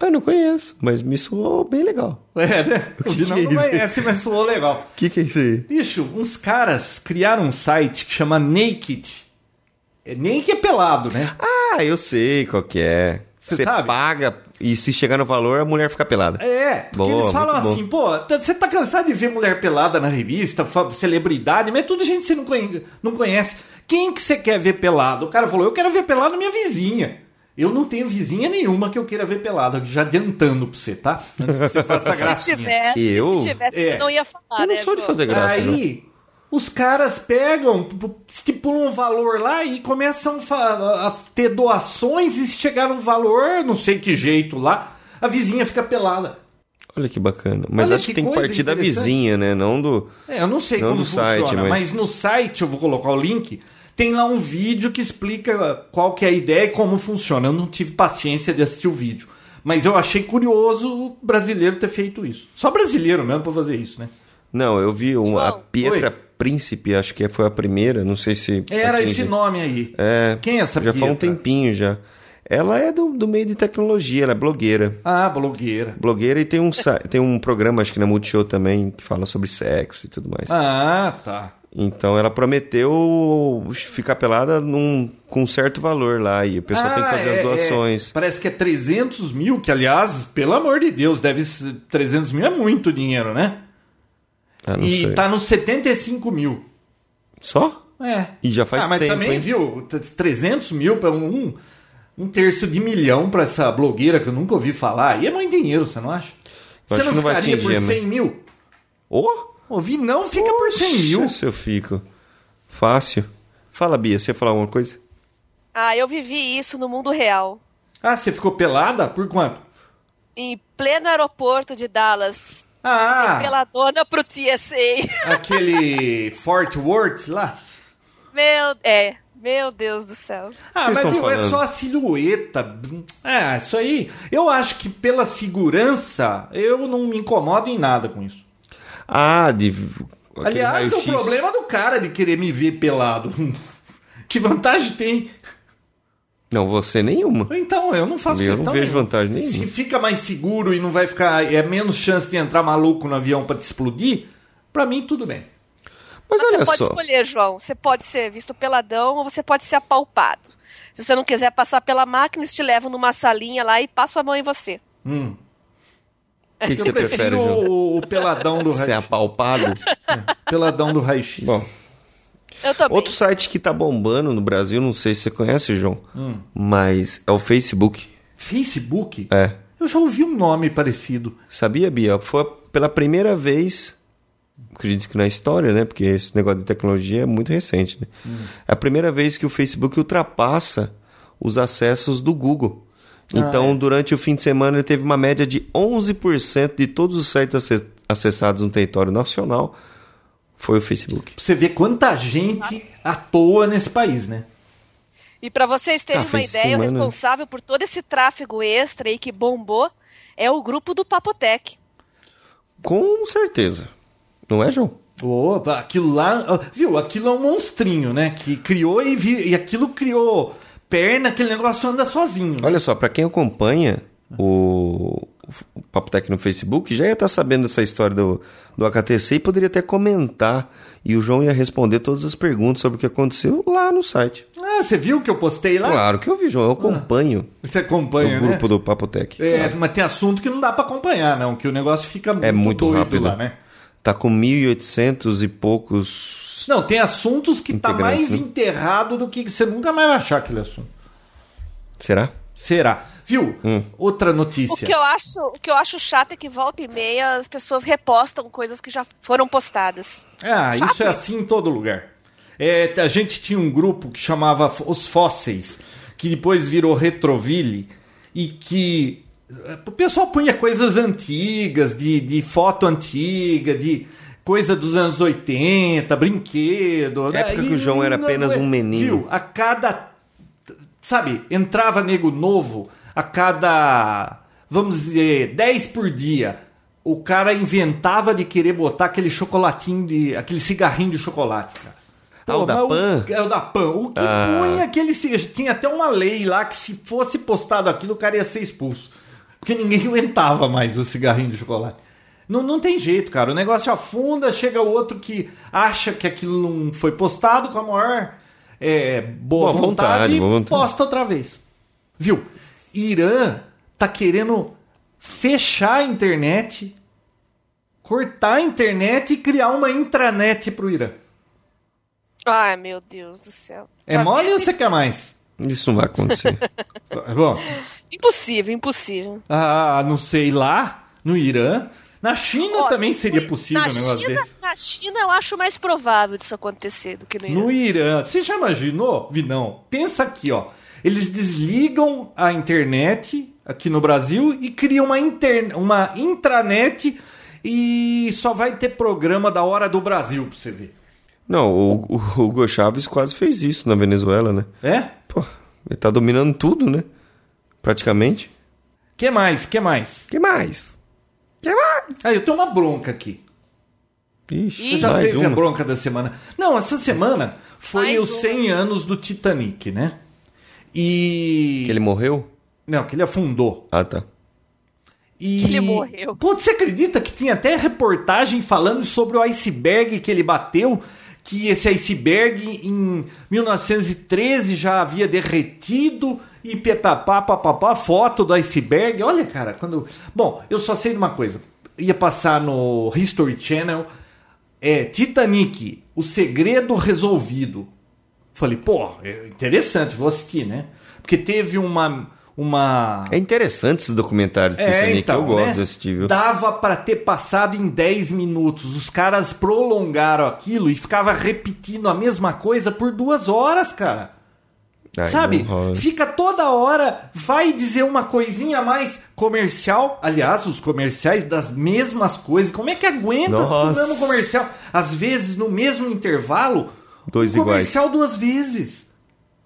Speaker 3: Eu não conheço, mas me soou bem legal.
Speaker 2: É, né? O
Speaker 3: que
Speaker 2: Vinão
Speaker 3: que é
Speaker 2: não
Speaker 3: isso?
Speaker 2: conhece, mas soou legal.
Speaker 3: O que, que é isso aí?
Speaker 2: Bicho, uns caras criaram um site que chama Naked. É, naked é pelado, né?
Speaker 3: Ah, eu sei qual que é.
Speaker 2: Você
Speaker 3: Você
Speaker 2: sabe?
Speaker 3: paga e se chegar no valor, a mulher fica pelada.
Speaker 2: É, porque
Speaker 3: Boa,
Speaker 2: eles falam
Speaker 3: muito bom.
Speaker 2: assim, pô, tá- você tá cansado de ver mulher pelada na revista, fa- celebridade, mas é tudo gente que você não conhe- não conhece. Quem que você quer ver pelado? O cara falou, eu quero ver pelado minha vizinha. Eu não tenho vizinha nenhuma que eu queira ver pelado. Já adiantando pra você, tá? Antes que você faça
Speaker 1: Se
Speaker 2: gracinha.
Speaker 1: tivesse,
Speaker 3: Eu?
Speaker 1: se tivesse,
Speaker 2: É.
Speaker 1: você não ia falar,
Speaker 3: eu não
Speaker 1: né,
Speaker 3: sou de
Speaker 1: João?
Speaker 3: fazer graça, né? não.
Speaker 2: Aí, os caras pegam, p- p- estipulam um valor lá e começam fa- a, a ter doações e se chegar um valor, não sei que jeito lá, a vizinha fica pelada.
Speaker 3: Olha que bacana. Mas
Speaker 2: Olha
Speaker 3: acho que
Speaker 2: que
Speaker 3: tem que
Speaker 2: coisa
Speaker 3: partir da
Speaker 2: interessante.
Speaker 3: vizinha, né? Não do...
Speaker 2: É, eu não sei
Speaker 3: Não
Speaker 2: como
Speaker 3: no
Speaker 2: funciona,
Speaker 3: site, mas-
Speaker 2: mas... no site, eu vou colocar o link, tem lá um vídeo que explica qual que é a ideia e como funciona. Eu não tive paciência de assistir o vídeo. Mas eu achei curioso o brasileiro ter feito isso. Só brasileiro mesmo pra fazer isso, né?
Speaker 3: Não, eu vi uma a
Speaker 1: João.
Speaker 3: Pietra
Speaker 2: Oi. É,
Speaker 3: Príncipe, acho que foi a primeira, não sei se...
Speaker 2: Era
Speaker 3: atinge.
Speaker 2: esse nome aí. É, Quem é essa
Speaker 3: Já faz um
Speaker 2: Pietra?
Speaker 3: tempinho já. Ela é do, do meio de tecnologia, ela é blogueira.
Speaker 2: Ah, blogueira.
Speaker 3: Blogueira e tem um, sa- tem um programa, acho que na Multishow também, que fala sobre sexo e tudo mais.
Speaker 2: Ah, tá.
Speaker 3: Então ela prometeu ficar pelada num, com um certo valor lá e o pessoal tem que
Speaker 2: Ah,
Speaker 3: fazer
Speaker 2: é,
Speaker 3: as doações.
Speaker 2: é. Parece que é 300 mil, que aliás, pelo amor de Deus, deve ser- 300 mil é muito dinheiro, né?
Speaker 3: Ah, não
Speaker 2: e
Speaker 3: sei.
Speaker 2: tá nos 75 mil.
Speaker 3: Só?
Speaker 2: É.
Speaker 3: E já faz
Speaker 2: ah, mas
Speaker 3: tempo,
Speaker 2: também,
Speaker 3: hein?
Speaker 2: viu, t- 300 mil para um, um terço de milhão pra essa blogueira que eu nunca ouvi falar. E é muito dinheiro, você não acha?
Speaker 3: Eu
Speaker 2: você
Speaker 3: acho
Speaker 2: não
Speaker 3: que não vai
Speaker 2: ficaria por
Speaker 3: atingir, né?
Speaker 2: 100 mil?
Speaker 3: Oh,
Speaker 2: Ouvi não, fica por 100 mil.
Speaker 3: Se eu fico. Fácil. Fala, Bia, você ia falar alguma coisa?
Speaker 1: Ah, eu vivi isso no mundo real.
Speaker 2: Ah, você ficou pelada? Por quanto?
Speaker 1: Em pleno aeroporto de Dallas,
Speaker 2: Ah,
Speaker 1: pela dona pro TSA.
Speaker 2: aquele Fort Worth lá?
Speaker 1: Meu, é, meu Deus do céu.
Speaker 2: Ah,
Speaker 3: Vocês
Speaker 2: mas
Speaker 3: estão
Speaker 2: viu, é
Speaker 3: falando?
Speaker 2: só a silhueta. Ah, isso aí. Eu acho que pela segurança, eu não me incomodo em nada com isso.
Speaker 3: Ah, de. aquele
Speaker 2: Aliás, é o
Speaker 3: raio-x.
Speaker 2: problema do cara de querer me ver pelado. que vantagem tem?
Speaker 3: Não, você nenhuma.
Speaker 2: Então, eu não faço
Speaker 3: Eu
Speaker 2: questão.
Speaker 3: não vejo
Speaker 2: nenhuma.
Speaker 3: vantagem nenhuma.
Speaker 2: Se fica mais seguro e não vai ficar. É menos chance de entrar maluco no avião pra te explodir, pra mim tudo bem.
Speaker 3: Mas
Speaker 1: Você
Speaker 3: olha
Speaker 1: pode
Speaker 3: só.
Speaker 1: escolher, João. Você pode ser visto peladão ou você pode ser apalpado. Se você não quiser passar pela máquina, eles te levam numa salinha lá e passam a mão em você.
Speaker 2: Hum.
Speaker 3: O que, que
Speaker 2: eu
Speaker 3: você prefere,
Speaker 2: prefiro
Speaker 3: João?
Speaker 2: o, o peladão do
Speaker 3: Ser
Speaker 2: raio
Speaker 3: apalpado?
Speaker 2: Peladão do raio-x.
Speaker 3: Bom.
Speaker 1: Eu também.
Speaker 3: Outro site que tá bombando no Brasil, não sei se você conhece, João,
Speaker 2: Hum.
Speaker 3: mas é o Facebook.
Speaker 2: Facebook?
Speaker 3: É.
Speaker 2: Eu já ouvi um nome parecido.
Speaker 3: Sabia, Bia? Foi pela primeira vez, acredito que na história, né? Porque esse negócio de tecnologia é muito recente, né? É a primeira vez que o Facebook ultrapassa os acessos do Google. Então, durante o fim de semana, ele teve uma média de 11% de todos os sites ace- acessados no território nacional foi o Facebook.
Speaker 2: Pra você ver quanta gente à toa nesse país, né?
Speaker 1: E para vocês terem
Speaker 3: Ah,
Speaker 1: uma
Speaker 3: fez
Speaker 1: ideia, o
Speaker 3: semana.
Speaker 1: responsável por todo esse tráfego extra aí que bombou é o grupo do Papotec.
Speaker 3: Com certeza. Não é, João?
Speaker 2: Opa, aquilo lá. Viu? Aquilo é um monstrinho, né? Que criou e, vi- e aquilo criou perna, aquele negócio anda sozinho.
Speaker 3: Olha só, pra quem acompanha o, o Papo Tech no Facebook, já ia estar sabendo dessa história do, do AKTC e poderia até comentar. E o João ia responder todas as perguntas sobre o que aconteceu lá no site.
Speaker 2: Ah, você viu que eu postei lá?
Speaker 3: Claro que eu vi, João. Eu acompanho
Speaker 2: Você
Speaker 3: o
Speaker 2: acompanha, né?
Speaker 3: grupo do Papo Tech.
Speaker 2: É,
Speaker 3: Claro.
Speaker 2: mas tem assunto que não dá pra acompanhar, não. Que o negócio fica
Speaker 3: É muito
Speaker 2: doido
Speaker 3: rápido.
Speaker 2: lá, né?
Speaker 3: Tá com 1.800 e poucos.
Speaker 2: Não, tem assuntos que tá
Speaker 3: Integrantes,
Speaker 2: mais
Speaker 3: né?
Speaker 2: enterrado do que você nunca mais vai achar aquele assunto.
Speaker 3: Será?
Speaker 2: Será? Viu?
Speaker 3: Hum.
Speaker 2: Outra
Speaker 1: O
Speaker 2: notícia.
Speaker 1: que, eu acho, o que eu acho chato é que volta e meia as pessoas repostam coisas que já foram postadas.
Speaker 2: Ah,
Speaker 1: Chato,
Speaker 2: isso é
Speaker 1: hein?
Speaker 2: assim em todo lugar. É, a gente tinha um grupo que chamava F- Os Fósseis, que depois virou Retroville, e que eh, o pessoal punha coisas antigas, de, de foto antiga, de coisa dos anos 80, brinquedo. né?
Speaker 3: Época
Speaker 2: E
Speaker 3: que o João era
Speaker 2: não- é
Speaker 3: apenas um menino.
Speaker 2: Viu? A cada. Sabe, entrava nego novo a cada. Vamos dizer, 10 por dia. O cara inventava de querer botar aquele chocolatinho de. aquele cigarrinho de chocolate, cara.
Speaker 3: Ah, o da
Speaker 2: mas
Speaker 3: Pan?
Speaker 2: é o da Pan. O que
Speaker 3: Ah.
Speaker 2: punha aquele cigarro? Tinha até uma lei lá que se fosse postado aquilo, o cara ia ser expulso. Porque ninguém aguentava mais o cigarrinho de chocolate. Não, não tem jeito, cara. O negócio afunda, chega o outro que acha que aquilo não foi postado com a maior é, boa,
Speaker 3: Boa vontade,
Speaker 2: vontade,
Speaker 3: boa
Speaker 2: e
Speaker 3: vontade.
Speaker 2: posta outra vez. Viu? Irã tá querendo fechar a internet, cortar a internet e criar uma intranet pro Irã.
Speaker 1: Ai, meu Deus do céu.
Speaker 2: É
Speaker 1: Pra
Speaker 2: mole
Speaker 1: mim,
Speaker 2: ou
Speaker 1: assim,
Speaker 2: você quer mais?
Speaker 3: Isso não vai acontecer.
Speaker 2: Tá, é Bom,
Speaker 1: assim, Impossível, impossível.
Speaker 2: ah, não sei, lá no Irã. Na China
Speaker 1: Olha,
Speaker 2: também seria
Speaker 1: na
Speaker 2: possível um negócio
Speaker 1: China-
Speaker 2: desse.
Speaker 1: Na China eu acho mais provável disso acontecer do que no Irã.
Speaker 2: No Irã. Você já imaginou? Vinão, pensa aqui, ó. Eles desligam a internet aqui no Brasil e criam uma, inter... uma intranet e só vai ter programa da hora do Brasil pra você ver.
Speaker 3: não, o, o Hugo Chaves quase fez isso na Venezuela, né?
Speaker 2: É?
Speaker 3: Pô, ele tá dominando tudo, né? Praticamente.
Speaker 2: Que mais? Que mais?
Speaker 3: que mais? que mais?
Speaker 2: Ah, eu tenho uma bronca aqui.
Speaker 3: Ixi,
Speaker 1: Ih.
Speaker 2: Já
Speaker 3: mais
Speaker 2: teve a
Speaker 3: uma.
Speaker 2: bronca da semana. Não, essa semana foi
Speaker 1: Mais
Speaker 2: os
Speaker 1: uma.
Speaker 2: 100 anos do Titanic, né? E.
Speaker 3: Que ele morreu?
Speaker 2: Não, que ele afundou.
Speaker 3: Ah, tá.
Speaker 2: E...
Speaker 1: Que ele morreu.
Speaker 2: Putz, você acredita que tinha até reportagem falando sobre o iceberg que ele bateu? Que esse iceberg em 1913 já havia derretido e papapá, papapá, foto do iceberg. Olha, cara, quando. Bom, eu só sei de uma coisa. Ia passar no History Channel. É Titanic, o segredo resolvido. Falei, pô, é interessante, vou assistir, né? Porque teve uma. uma...
Speaker 3: É interessante esses documentários do Titanic. eu gosto
Speaker 2: É, né?
Speaker 3: desse tipo.
Speaker 2: Dava pra ter passado em 10 minutos. Os caras prolongaram aquilo e ficava repetindo a mesma coisa por duas horas, cara.
Speaker 3: Ai,
Speaker 2: Sabe?
Speaker 3: não rola.
Speaker 2: Fica toda hora, vai dizer uma coisinha a mais comercial. Aliás, os comerciais das mesmas coisas. Como é que aguenta
Speaker 3: Nossa.
Speaker 2: estudando comercial? Às vezes, no mesmo intervalo,
Speaker 3: Dois
Speaker 2: um
Speaker 3: iguais.
Speaker 2: comercial duas vezes. O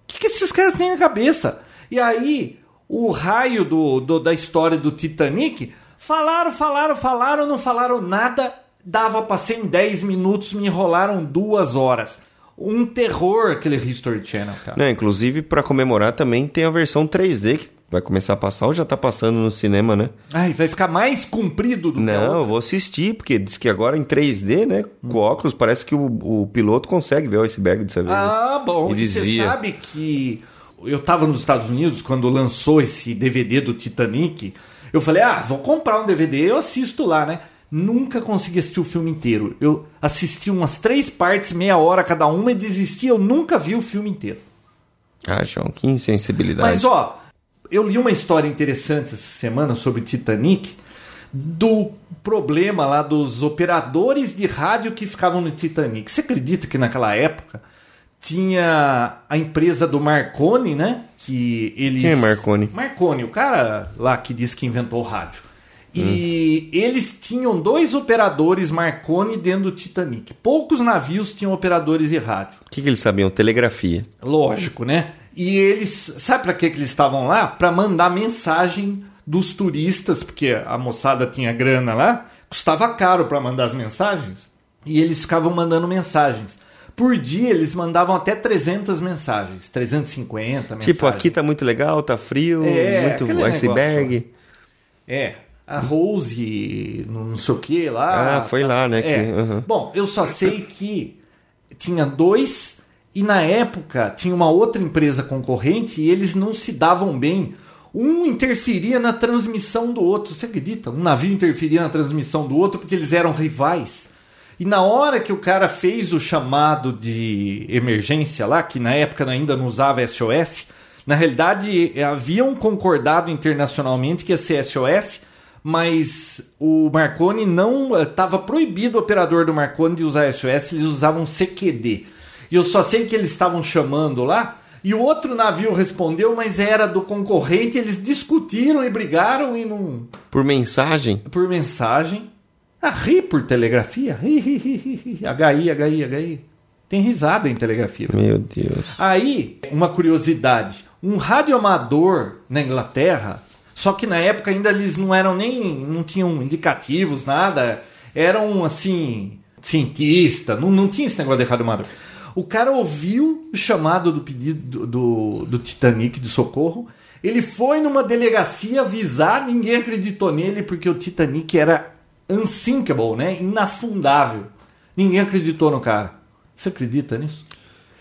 Speaker 2: que, que esses caras têm na cabeça? E aí, o raio do, do- da história do Titanic, falaram, falaram, falaram, não falaram nada, dava pra ser em 10 minutos, me enrolaram duas horas. Um terror aquele History Channel, cara.
Speaker 3: Não, inclusive, pra comemorar também tem a versão 3D que vai começar a passar ou já tá passando no cinema, né?
Speaker 2: Ai, vai ficar mais comprido do que a
Speaker 3: Não, eu
Speaker 2: É outra.
Speaker 3: vou assistir, porque diz que agora em 3D, né? Com óculos, parece que o, o piloto consegue ver o iceberg dessa vez. né?
Speaker 2: Ah, bom.
Speaker 3: E
Speaker 2: E você
Speaker 3: desvia.
Speaker 2: sabe que eu tava nos Estados Unidos quando lançou esse DVD do Titanic. Eu falei, ah, vou comprar um DVD, eu assisto lá, né? Nunca consegui assistir o filme inteiro. Eu assisti umas três partes, meia hora cada uma, e desisti. Eu nunca vi o filme inteiro.
Speaker 3: Ah, João, que insensibilidade.
Speaker 2: Mas ó, eu li uma história interessante essa semana sobre Titanic do problema lá dos operadores de rádio que ficavam no Titanic. Você acredita que naquela época tinha a empresa do Marconi, né? Que eles
Speaker 3: Quem é Marconi?
Speaker 2: Marconi, o cara lá que disse que inventou o rádio.
Speaker 3: Hum.
Speaker 2: E eles tinham dois operadores Marconi dentro do Titanic. Poucos navios tinham operadores de rádio.
Speaker 3: O que, que eles sabiam? Telegrafia.
Speaker 2: Lógico, né? E eles, sabe pra que que eles estavam lá? Pra mandar mensagem dos turistas, porque a moçada tinha grana lá, custava caro pra mandar as mensagens. E eles ficavam mandando mensagens. Por dia eles mandavam até 300 mensagens, 350 mensagens.
Speaker 3: Tipo, aqui tá muito legal, tá frio,
Speaker 2: É, aquele
Speaker 3: muito iceberg.
Speaker 2: É, a Rose, não sei o que lá.
Speaker 3: Ah, foi lá, né?
Speaker 2: É.
Speaker 3: que- aham.
Speaker 2: Bom, eu só sei que tinha dois e na época tinha uma outra empresa concorrente e eles não se davam bem. Um interferia na transmissão do outro. Você acredita? Um navio interferia na transmissão do outro porque eles eram rivais. E na hora que o cara fez o chamado de emergência lá, que na época ainda não usava SOS, na realidade eh, haviam concordado internacionalmente que ia ser SOS, mas o Marconi não estava proibido o operador do Marconi de usar SOS, eles usavam CQD. E eu só sei que eles estavam chamando lá e o outro navio respondeu, mas era do concorrente, eles discutiram e brigaram e não
Speaker 3: Por mensagem?
Speaker 2: por mensagem. Ah, ri por telegrafia. Ri, ri, ri, ri, ri. HI, HI, HI. Tem risada em telegrafia.
Speaker 3: Meu Deus.
Speaker 2: Aí, uma curiosidade: um radioamador na Inglaterra, só que na época ainda eles não eram nem. não tinham indicativos, nada. Eram assim. cientista, não, não tinha esse negócio de radioamador. O cara ouviu o chamado do pedido do, do Titanic de socorro. Ele foi numa delegacia avisar, ninguém acreditou nele, porque o Titanic era unsinkable, né? Inafundável. Ninguém acreditou no cara. Você acredita nisso?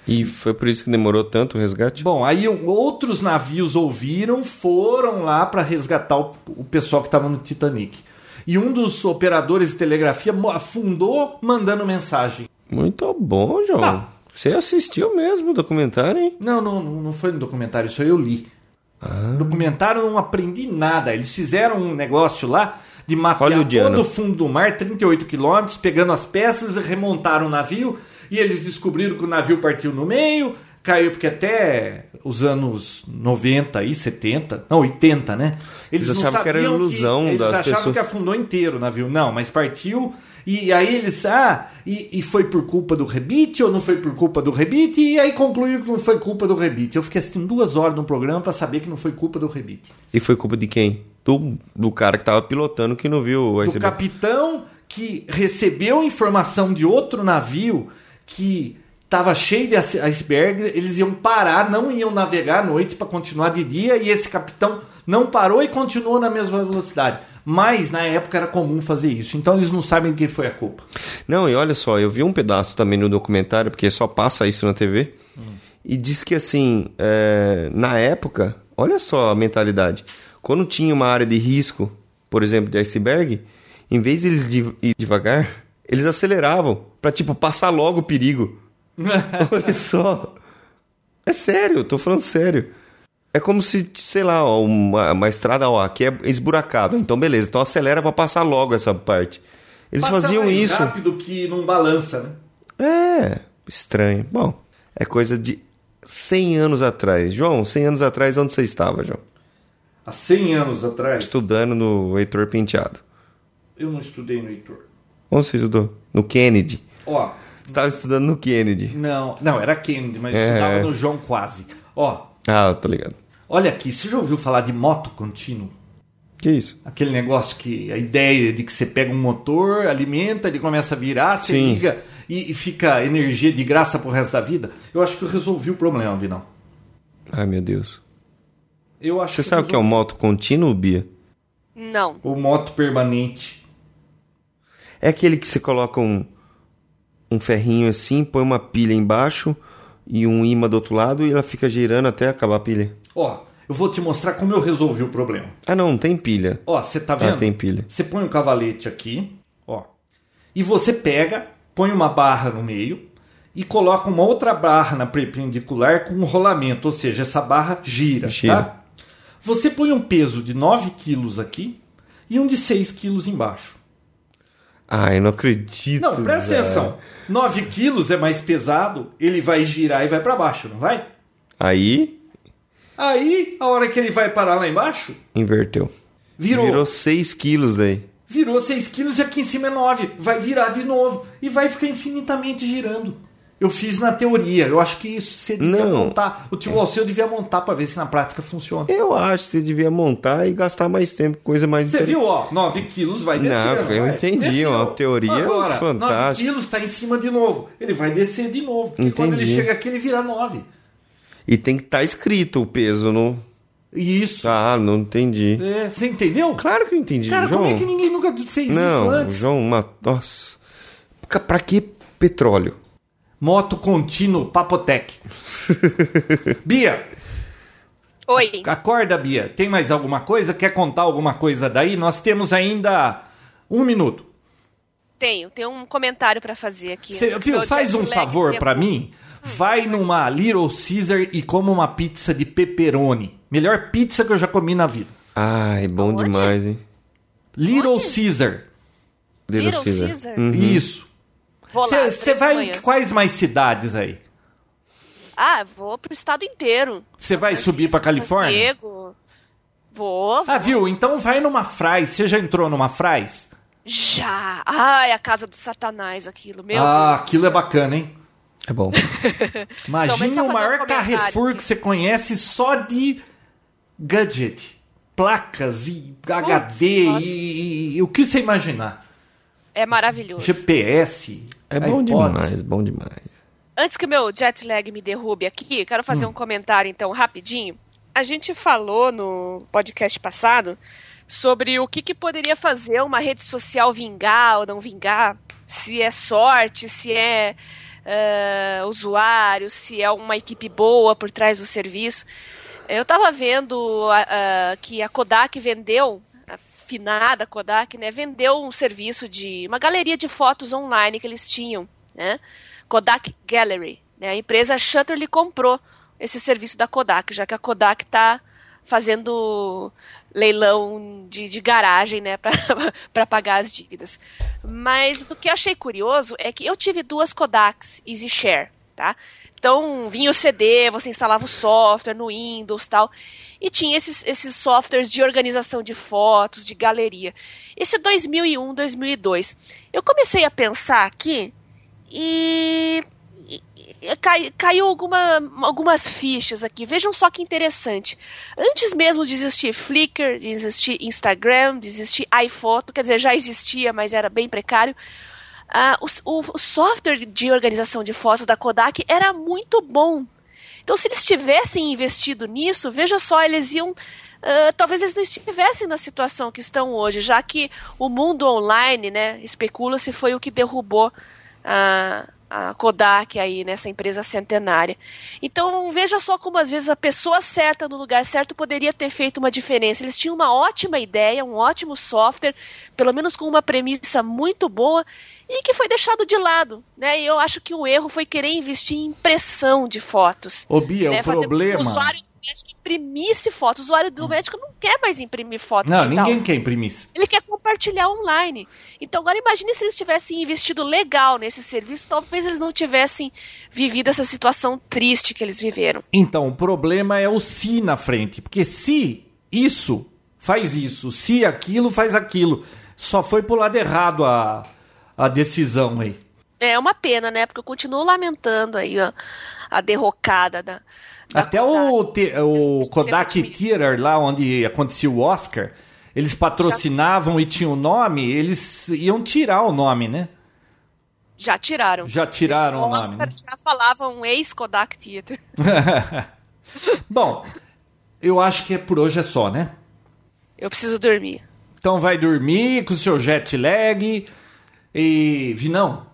Speaker 3: E foi por isso que demorou tanto o resgate?
Speaker 2: Bom, aí o- outros navios ouviram, foram lá para resgatar o, o pessoal que estava no Titanic. E um dos operadores de telegrafia mo- afundou mandando mensagem.
Speaker 3: Muito bom, João.
Speaker 2: Ah.
Speaker 3: Você assistiu mesmo o documentário, hein?
Speaker 2: Não, não, não não foi no documentário, isso aí eu li.
Speaker 3: Ah.
Speaker 2: No documentário eu não aprendi nada. Eles fizeram um negócio lá de mapear
Speaker 3: Hollywoodiano.
Speaker 2: todo o fundo do mar, 38 quilômetros, pegando as peças e remontaram o navio. E eles descobriram que o navio partiu no meio, caiu, porque até os anos 90 e 70, não, 80, né?
Speaker 3: Eles achavam que era
Speaker 2: sabiam
Speaker 3: ilusão
Speaker 2: Eles
Speaker 3: das
Speaker 2: achavam
Speaker 3: pessoas.
Speaker 2: que afundou inteiro o navio. Não, mas partiu. E aí eles, ah, e, e foi por culpa do rebite ou não foi por culpa do rebite? E aí concluíram que não foi culpa do rebite. Eu fiquei assistindo duas horas no programa pra saber que não foi culpa do rebite.
Speaker 3: E foi culpa de quem? Do, do cara que tava pilotando que não viu o
Speaker 2: do
Speaker 3: iceberg.
Speaker 2: capitão que recebeu informação de outro navio que estava cheio de ice- iceberg, eles iam parar, não iam navegar à noite para continuar de dia e esse capitão não parou e continuou na mesma velocidade. Mas na época era comum fazer isso, então eles não sabem de quem foi a culpa.
Speaker 3: Não, e olha só, eu vi um pedaço também no documentário, porque só passa isso na TV. E diz que assim, é, na época, olha só a mentalidade. Quando tinha uma área de risco, por exemplo, de iceberg, em vez de eles de- ir devagar, eles aceleravam pra tipo passar logo o perigo. Olha só. É sério, eu tô falando sério. É como se, sei lá, ó, uma, uma estrada, ó, aqui é esburacado. Então, beleza, então acelera pra passar logo essa parte. Eles
Speaker 2: Passa
Speaker 3: faziam
Speaker 2: mais
Speaker 3: isso.
Speaker 2: rápido que não balança, né?
Speaker 3: É, estranho. Bom, é coisa de 100 anos atrás. João, 100 anos atrás, onde você estava, João?
Speaker 2: Há 100 anos atrás,
Speaker 3: Estudando no Heitor Penteado.
Speaker 2: eu não estudei no Heitor.
Speaker 3: Onde você estudou? No Kennedy.
Speaker 2: Ó,
Speaker 3: Você estava estudando no Kennedy.
Speaker 2: não, não, era Kennedy, mas
Speaker 3: É.
Speaker 2: estudava no João quase. Ó,
Speaker 3: Ah, eu tô ligado.
Speaker 2: Olha aqui, você já ouviu falar de moto contínuo?
Speaker 3: Que isso?
Speaker 2: Aquele negócio que a ideia de que você pega um motor, alimenta, ele começa a virar, você
Speaker 3: Sim.
Speaker 2: liga e, e fica energia de graça pro resto da vida. Eu acho que eu resolvi o problema, Vinão.
Speaker 3: Ai, meu Deus.
Speaker 2: Eu acho
Speaker 3: Você sabe o que é um
Speaker 2: resolvi.
Speaker 3: moto contínuo, Bia?
Speaker 1: Não.
Speaker 2: o moto permanente?
Speaker 3: É aquele que você coloca um, um ferrinho assim, põe uma pilha embaixo e um imã do outro lado e ela fica girando até acabar a pilha.
Speaker 2: Ó, eu vou te mostrar como eu resolvi o problema.
Speaker 3: Ah, não, não tem pilha.
Speaker 2: Ó, você tá vendo?
Speaker 3: Ah, tem pilha.
Speaker 2: Você põe o cavalete aqui, ó. E você pega, põe uma barra no meio e coloca uma outra barra na perpendicular com um rolamento, ou seja, essa barra gira,
Speaker 3: Gira.
Speaker 2: tá? Você põe um peso de 9 quilos aqui e um de 6 quilos embaixo.
Speaker 3: Ai, não acredito.
Speaker 2: Não, presta
Speaker 3: velho.
Speaker 2: atenção. 9 quilos é mais pesado, ele vai girar e vai para baixo, não vai?
Speaker 3: Aí,
Speaker 2: Aí, a hora que ele vai parar lá embaixo,
Speaker 3: inverteu.
Speaker 2: virou.
Speaker 3: Virou 6 quilos daí.
Speaker 2: Virou 6 quilos e aqui em cima é 9. Vai virar de novo. E vai ficar infinitamente girando. Eu fiz na teoria. Eu acho que isso você devia
Speaker 3: Não.
Speaker 2: montar. O tio Alceu devia montar pra ver se na prática funciona.
Speaker 3: Eu acho que você devia montar e gastar mais tempo, com coisa mais
Speaker 2: Você
Speaker 3: inter-
Speaker 2: viu, ó, 9 quilos vai
Speaker 3: Não,
Speaker 2: descer.
Speaker 3: eu entendi, ó, a teoria é
Speaker 2: Agora,
Speaker 3: fantástica.
Speaker 2: 9 quilos tá em cima de novo. Ele vai descer de novo. Porque quando ele
Speaker 3: Entendi.
Speaker 2: chega aqui, ele vira 9.
Speaker 3: E tem que estar escrito o peso no.
Speaker 2: Isso.
Speaker 3: Ah, não entendi.
Speaker 2: É, você entendeu?
Speaker 3: Claro que eu entendi,
Speaker 2: Cara,
Speaker 3: João.
Speaker 2: como é que ninguém nunca fez isso
Speaker 3: Não,
Speaker 2: antes?
Speaker 3: João, uma... nossa. Ca- Pra que petróleo?
Speaker 2: Moto contínuo, Papotec. Bia,
Speaker 1: Oi.
Speaker 2: acorda, Bia. Tem mais alguma coisa? Quer contar alguma coisa daí? Nós temos ainda um minuto.
Speaker 1: Tenho, tenho um comentário pra fazer aqui.
Speaker 2: Cê-
Speaker 1: antes que
Speaker 2: viu?
Speaker 1: meu
Speaker 2: Faz
Speaker 1: jet
Speaker 2: um
Speaker 1: lag
Speaker 2: favor
Speaker 1: se
Speaker 2: pra
Speaker 1: apure.
Speaker 2: mim. Vai numa Little Caesar e coma uma pizza de pepperoni. Melhor pizza que eu já comi na vida.
Speaker 3: Ai, bom
Speaker 1: Aonde?
Speaker 3: demais, hein?
Speaker 2: Little
Speaker 1: Onde?
Speaker 2: Caesar.
Speaker 1: Little
Speaker 3: Caesar.
Speaker 1: Caesar?
Speaker 3: Uhum.
Speaker 2: Isso.
Speaker 1: Vou lá, às
Speaker 2: Você
Speaker 1: três da
Speaker 2: vai em
Speaker 1: manhã.
Speaker 2: quais mais cidades aí?
Speaker 1: Ah, vou pro estado inteiro.
Speaker 2: Você vai
Speaker 1: Francisco,
Speaker 2: subir pra Califórnia?
Speaker 1: San Diego. Vou.
Speaker 2: Ah, viu? Então vai numa Fry's. Você já entrou numa Fry's?
Speaker 1: Já. Ai, a casa do satanás aquilo. Meu
Speaker 2: ah,
Speaker 1: Deus do
Speaker 2: aquilo é
Speaker 1: céu.
Speaker 2: bacana, hein?
Speaker 3: É bom.
Speaker 1: Não, mas só
Speaker 2: Imagina o
Speaker 1: fazer um
Speaker 2: maior
Speaker 1: comentário
Speaker 2: Carrefour
Speaker 1: aqui.
Speaker 2: que você conhece só de gadget, placas e HD
Speaker 1: nossa.
Speaker 2: e, e o que você imaginar.
Speaker 1: É maravilhoso.
Speaker 2: Tipo- GPS.
Speaker 3: É bom
Speaker 2: iPod.
Speaker 3: demais, bom demais.
Speaker 1: Antes que o meu jet lag me derrube aqui, quero
Speaker 2: Hum.
Speaker 1: fazer um comentário, então, rapidinho. A gente falou no podcast passado sobre o que, que poderia fazer uma rede social vingar ou não vingar, se é sorte, se é eh, usuário, se é uma equipe boa por trás do serviço. Eu estava vendo a- a- que a Kodak vendeu, a finada Kodak, né, vendeu um serviço de uma galeria de fotos online que eles tinham, né, Kodak Gallery. né, a empresa Shutter lhe comprou esse serviço da Kodak, já que a Kodak está fazendo leilão de, de garagem, né, para pagar as dívidas. Mas o que eu achei curioso é que eu tive duas Kodaks Easy Share, tá? Então vinha o CD, você instalava o software no Windows tal, e tinha esses, esses softwares de organização de fotos, de galeria. Isso é 2001, 2002. Eu comecei a pensar aqui e, e- e cai- caiu alguma- algumas fichas aqui. Vejam só que interessante. Antes mesmo de existir Flickr, de existir Instagram, de existir iPhoto, quer dizer, já existia, mas era bem precário. ah, o s- o, o software de organização de fotos da Kodak era muito bom. Então, se eles tivessem investido nisso, veja só, eles iam. ah, talvez eles não estivessem na situação que estão hoje, já que o mundo online, né, especula-se, foi o que derrubou a, a Kodak aí, nessa empresa centenária. Então, veja só como às vezes a pessoa certa no lugar certo poderia ter feito uma diferença. Eles tinham uma ótima ideia, um ótimo software, pelo menos com uma premissa muito boa e que foi deixado de lado, né? E eu acho que o erro foi querer investir em impressão de fotos.
Speaker 2: Ô, Bia,
Speaker 1: né?
Speaker 2: o
Speaker 1: Fazer com que
Speaker 2: é um problema. Hum.
Speaker 1: O usuário do médico imprimisse fotos. O usuário do médico não quer mais imprimir fotos
Speaker 2: Não,
Speaker 1: digital.
Speaker 2: ninguém quer imprimir isso.
Speaker 1: Ele quer compartilhar online. Então, agora imagine se eles tivessem investido legal nesse serviço, talvez eles não tivessem vivido essa situação triste que eles viveram.
Speaker 2: Então, o problema é o se na frente. Porque se isso faz isso, se aquilo faz aquilo. Só foi pro lado errado a, a decisão aí.
Speaker 1: É uma pena, né? Porque eu continuo lamentando aí ó, a derrocada da. da
Speaker 2: Até
Speaker 1: Kodak.
Speaker 2: o, te- o
Speaker 1: Sempre
Speaker 2: Kodak
Speaker 1: admiro.
Speaker 2: Theater, lá onde acontecia o Oscar, eles patrocinavam e tinham o nome, eles iam tirar o nome, né?
Speaker 1: Já tiraram.
Speaker 2: Já tiraram o
Speaker 1: Eles-
Speaker 2: nome,
Speaker 1: Oscar
Speaker 2: né?
Speaker 1: Já falavam um ex-Kodak Theater.
Speaker 2: Bom, eu acho que é por hoje é só, né?
Speaker 1: Eu preciso dormir.
Speaker 2: Então vai dormir com o seu jet lag e... Vinão,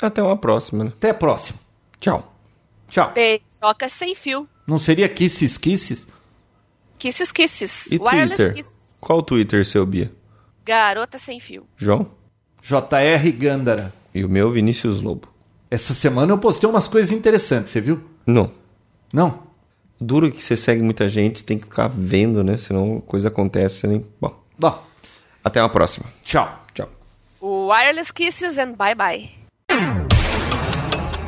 Speaker 3: Até uma próxima, né?
Speaker 2: até a próxima.
Speaker 3: Tchau.
Speaker 2: Tchau.
Speaker 1: Beijocas sem fio.
Speaker 2: Não seria Kisses Kisses?
Speaker 1: Kisses, kisses.
Speaker 3: E
Speaker 1: Wireless
Speaker 3: Twitter?
Speaker 1: kisses.
Speaker 3: Qual o Twitter, seu Bia?
Speaker 1: Garota sem fio.
Speaker 3: João?
Speaker 2: J.R. Gandara.
Speaker 3: E o meu, Vinícius Lobo.
Speaker 2: Essa semana eu postei umas coisas interessantes, você viu?
Speaker 3: Não.
Speaker 2: Não?
Speaker 3: Duro que você segue muita gente, tem que ficar vendo, né? Senão coisa acontece, né? Bom,
Speaker 2: Bom,
Speaker 3: até uma próxima.
Speaker 2: tchau.
Speaker 3: Tchau.
Speaker 1: Wireless kisses and bye bye.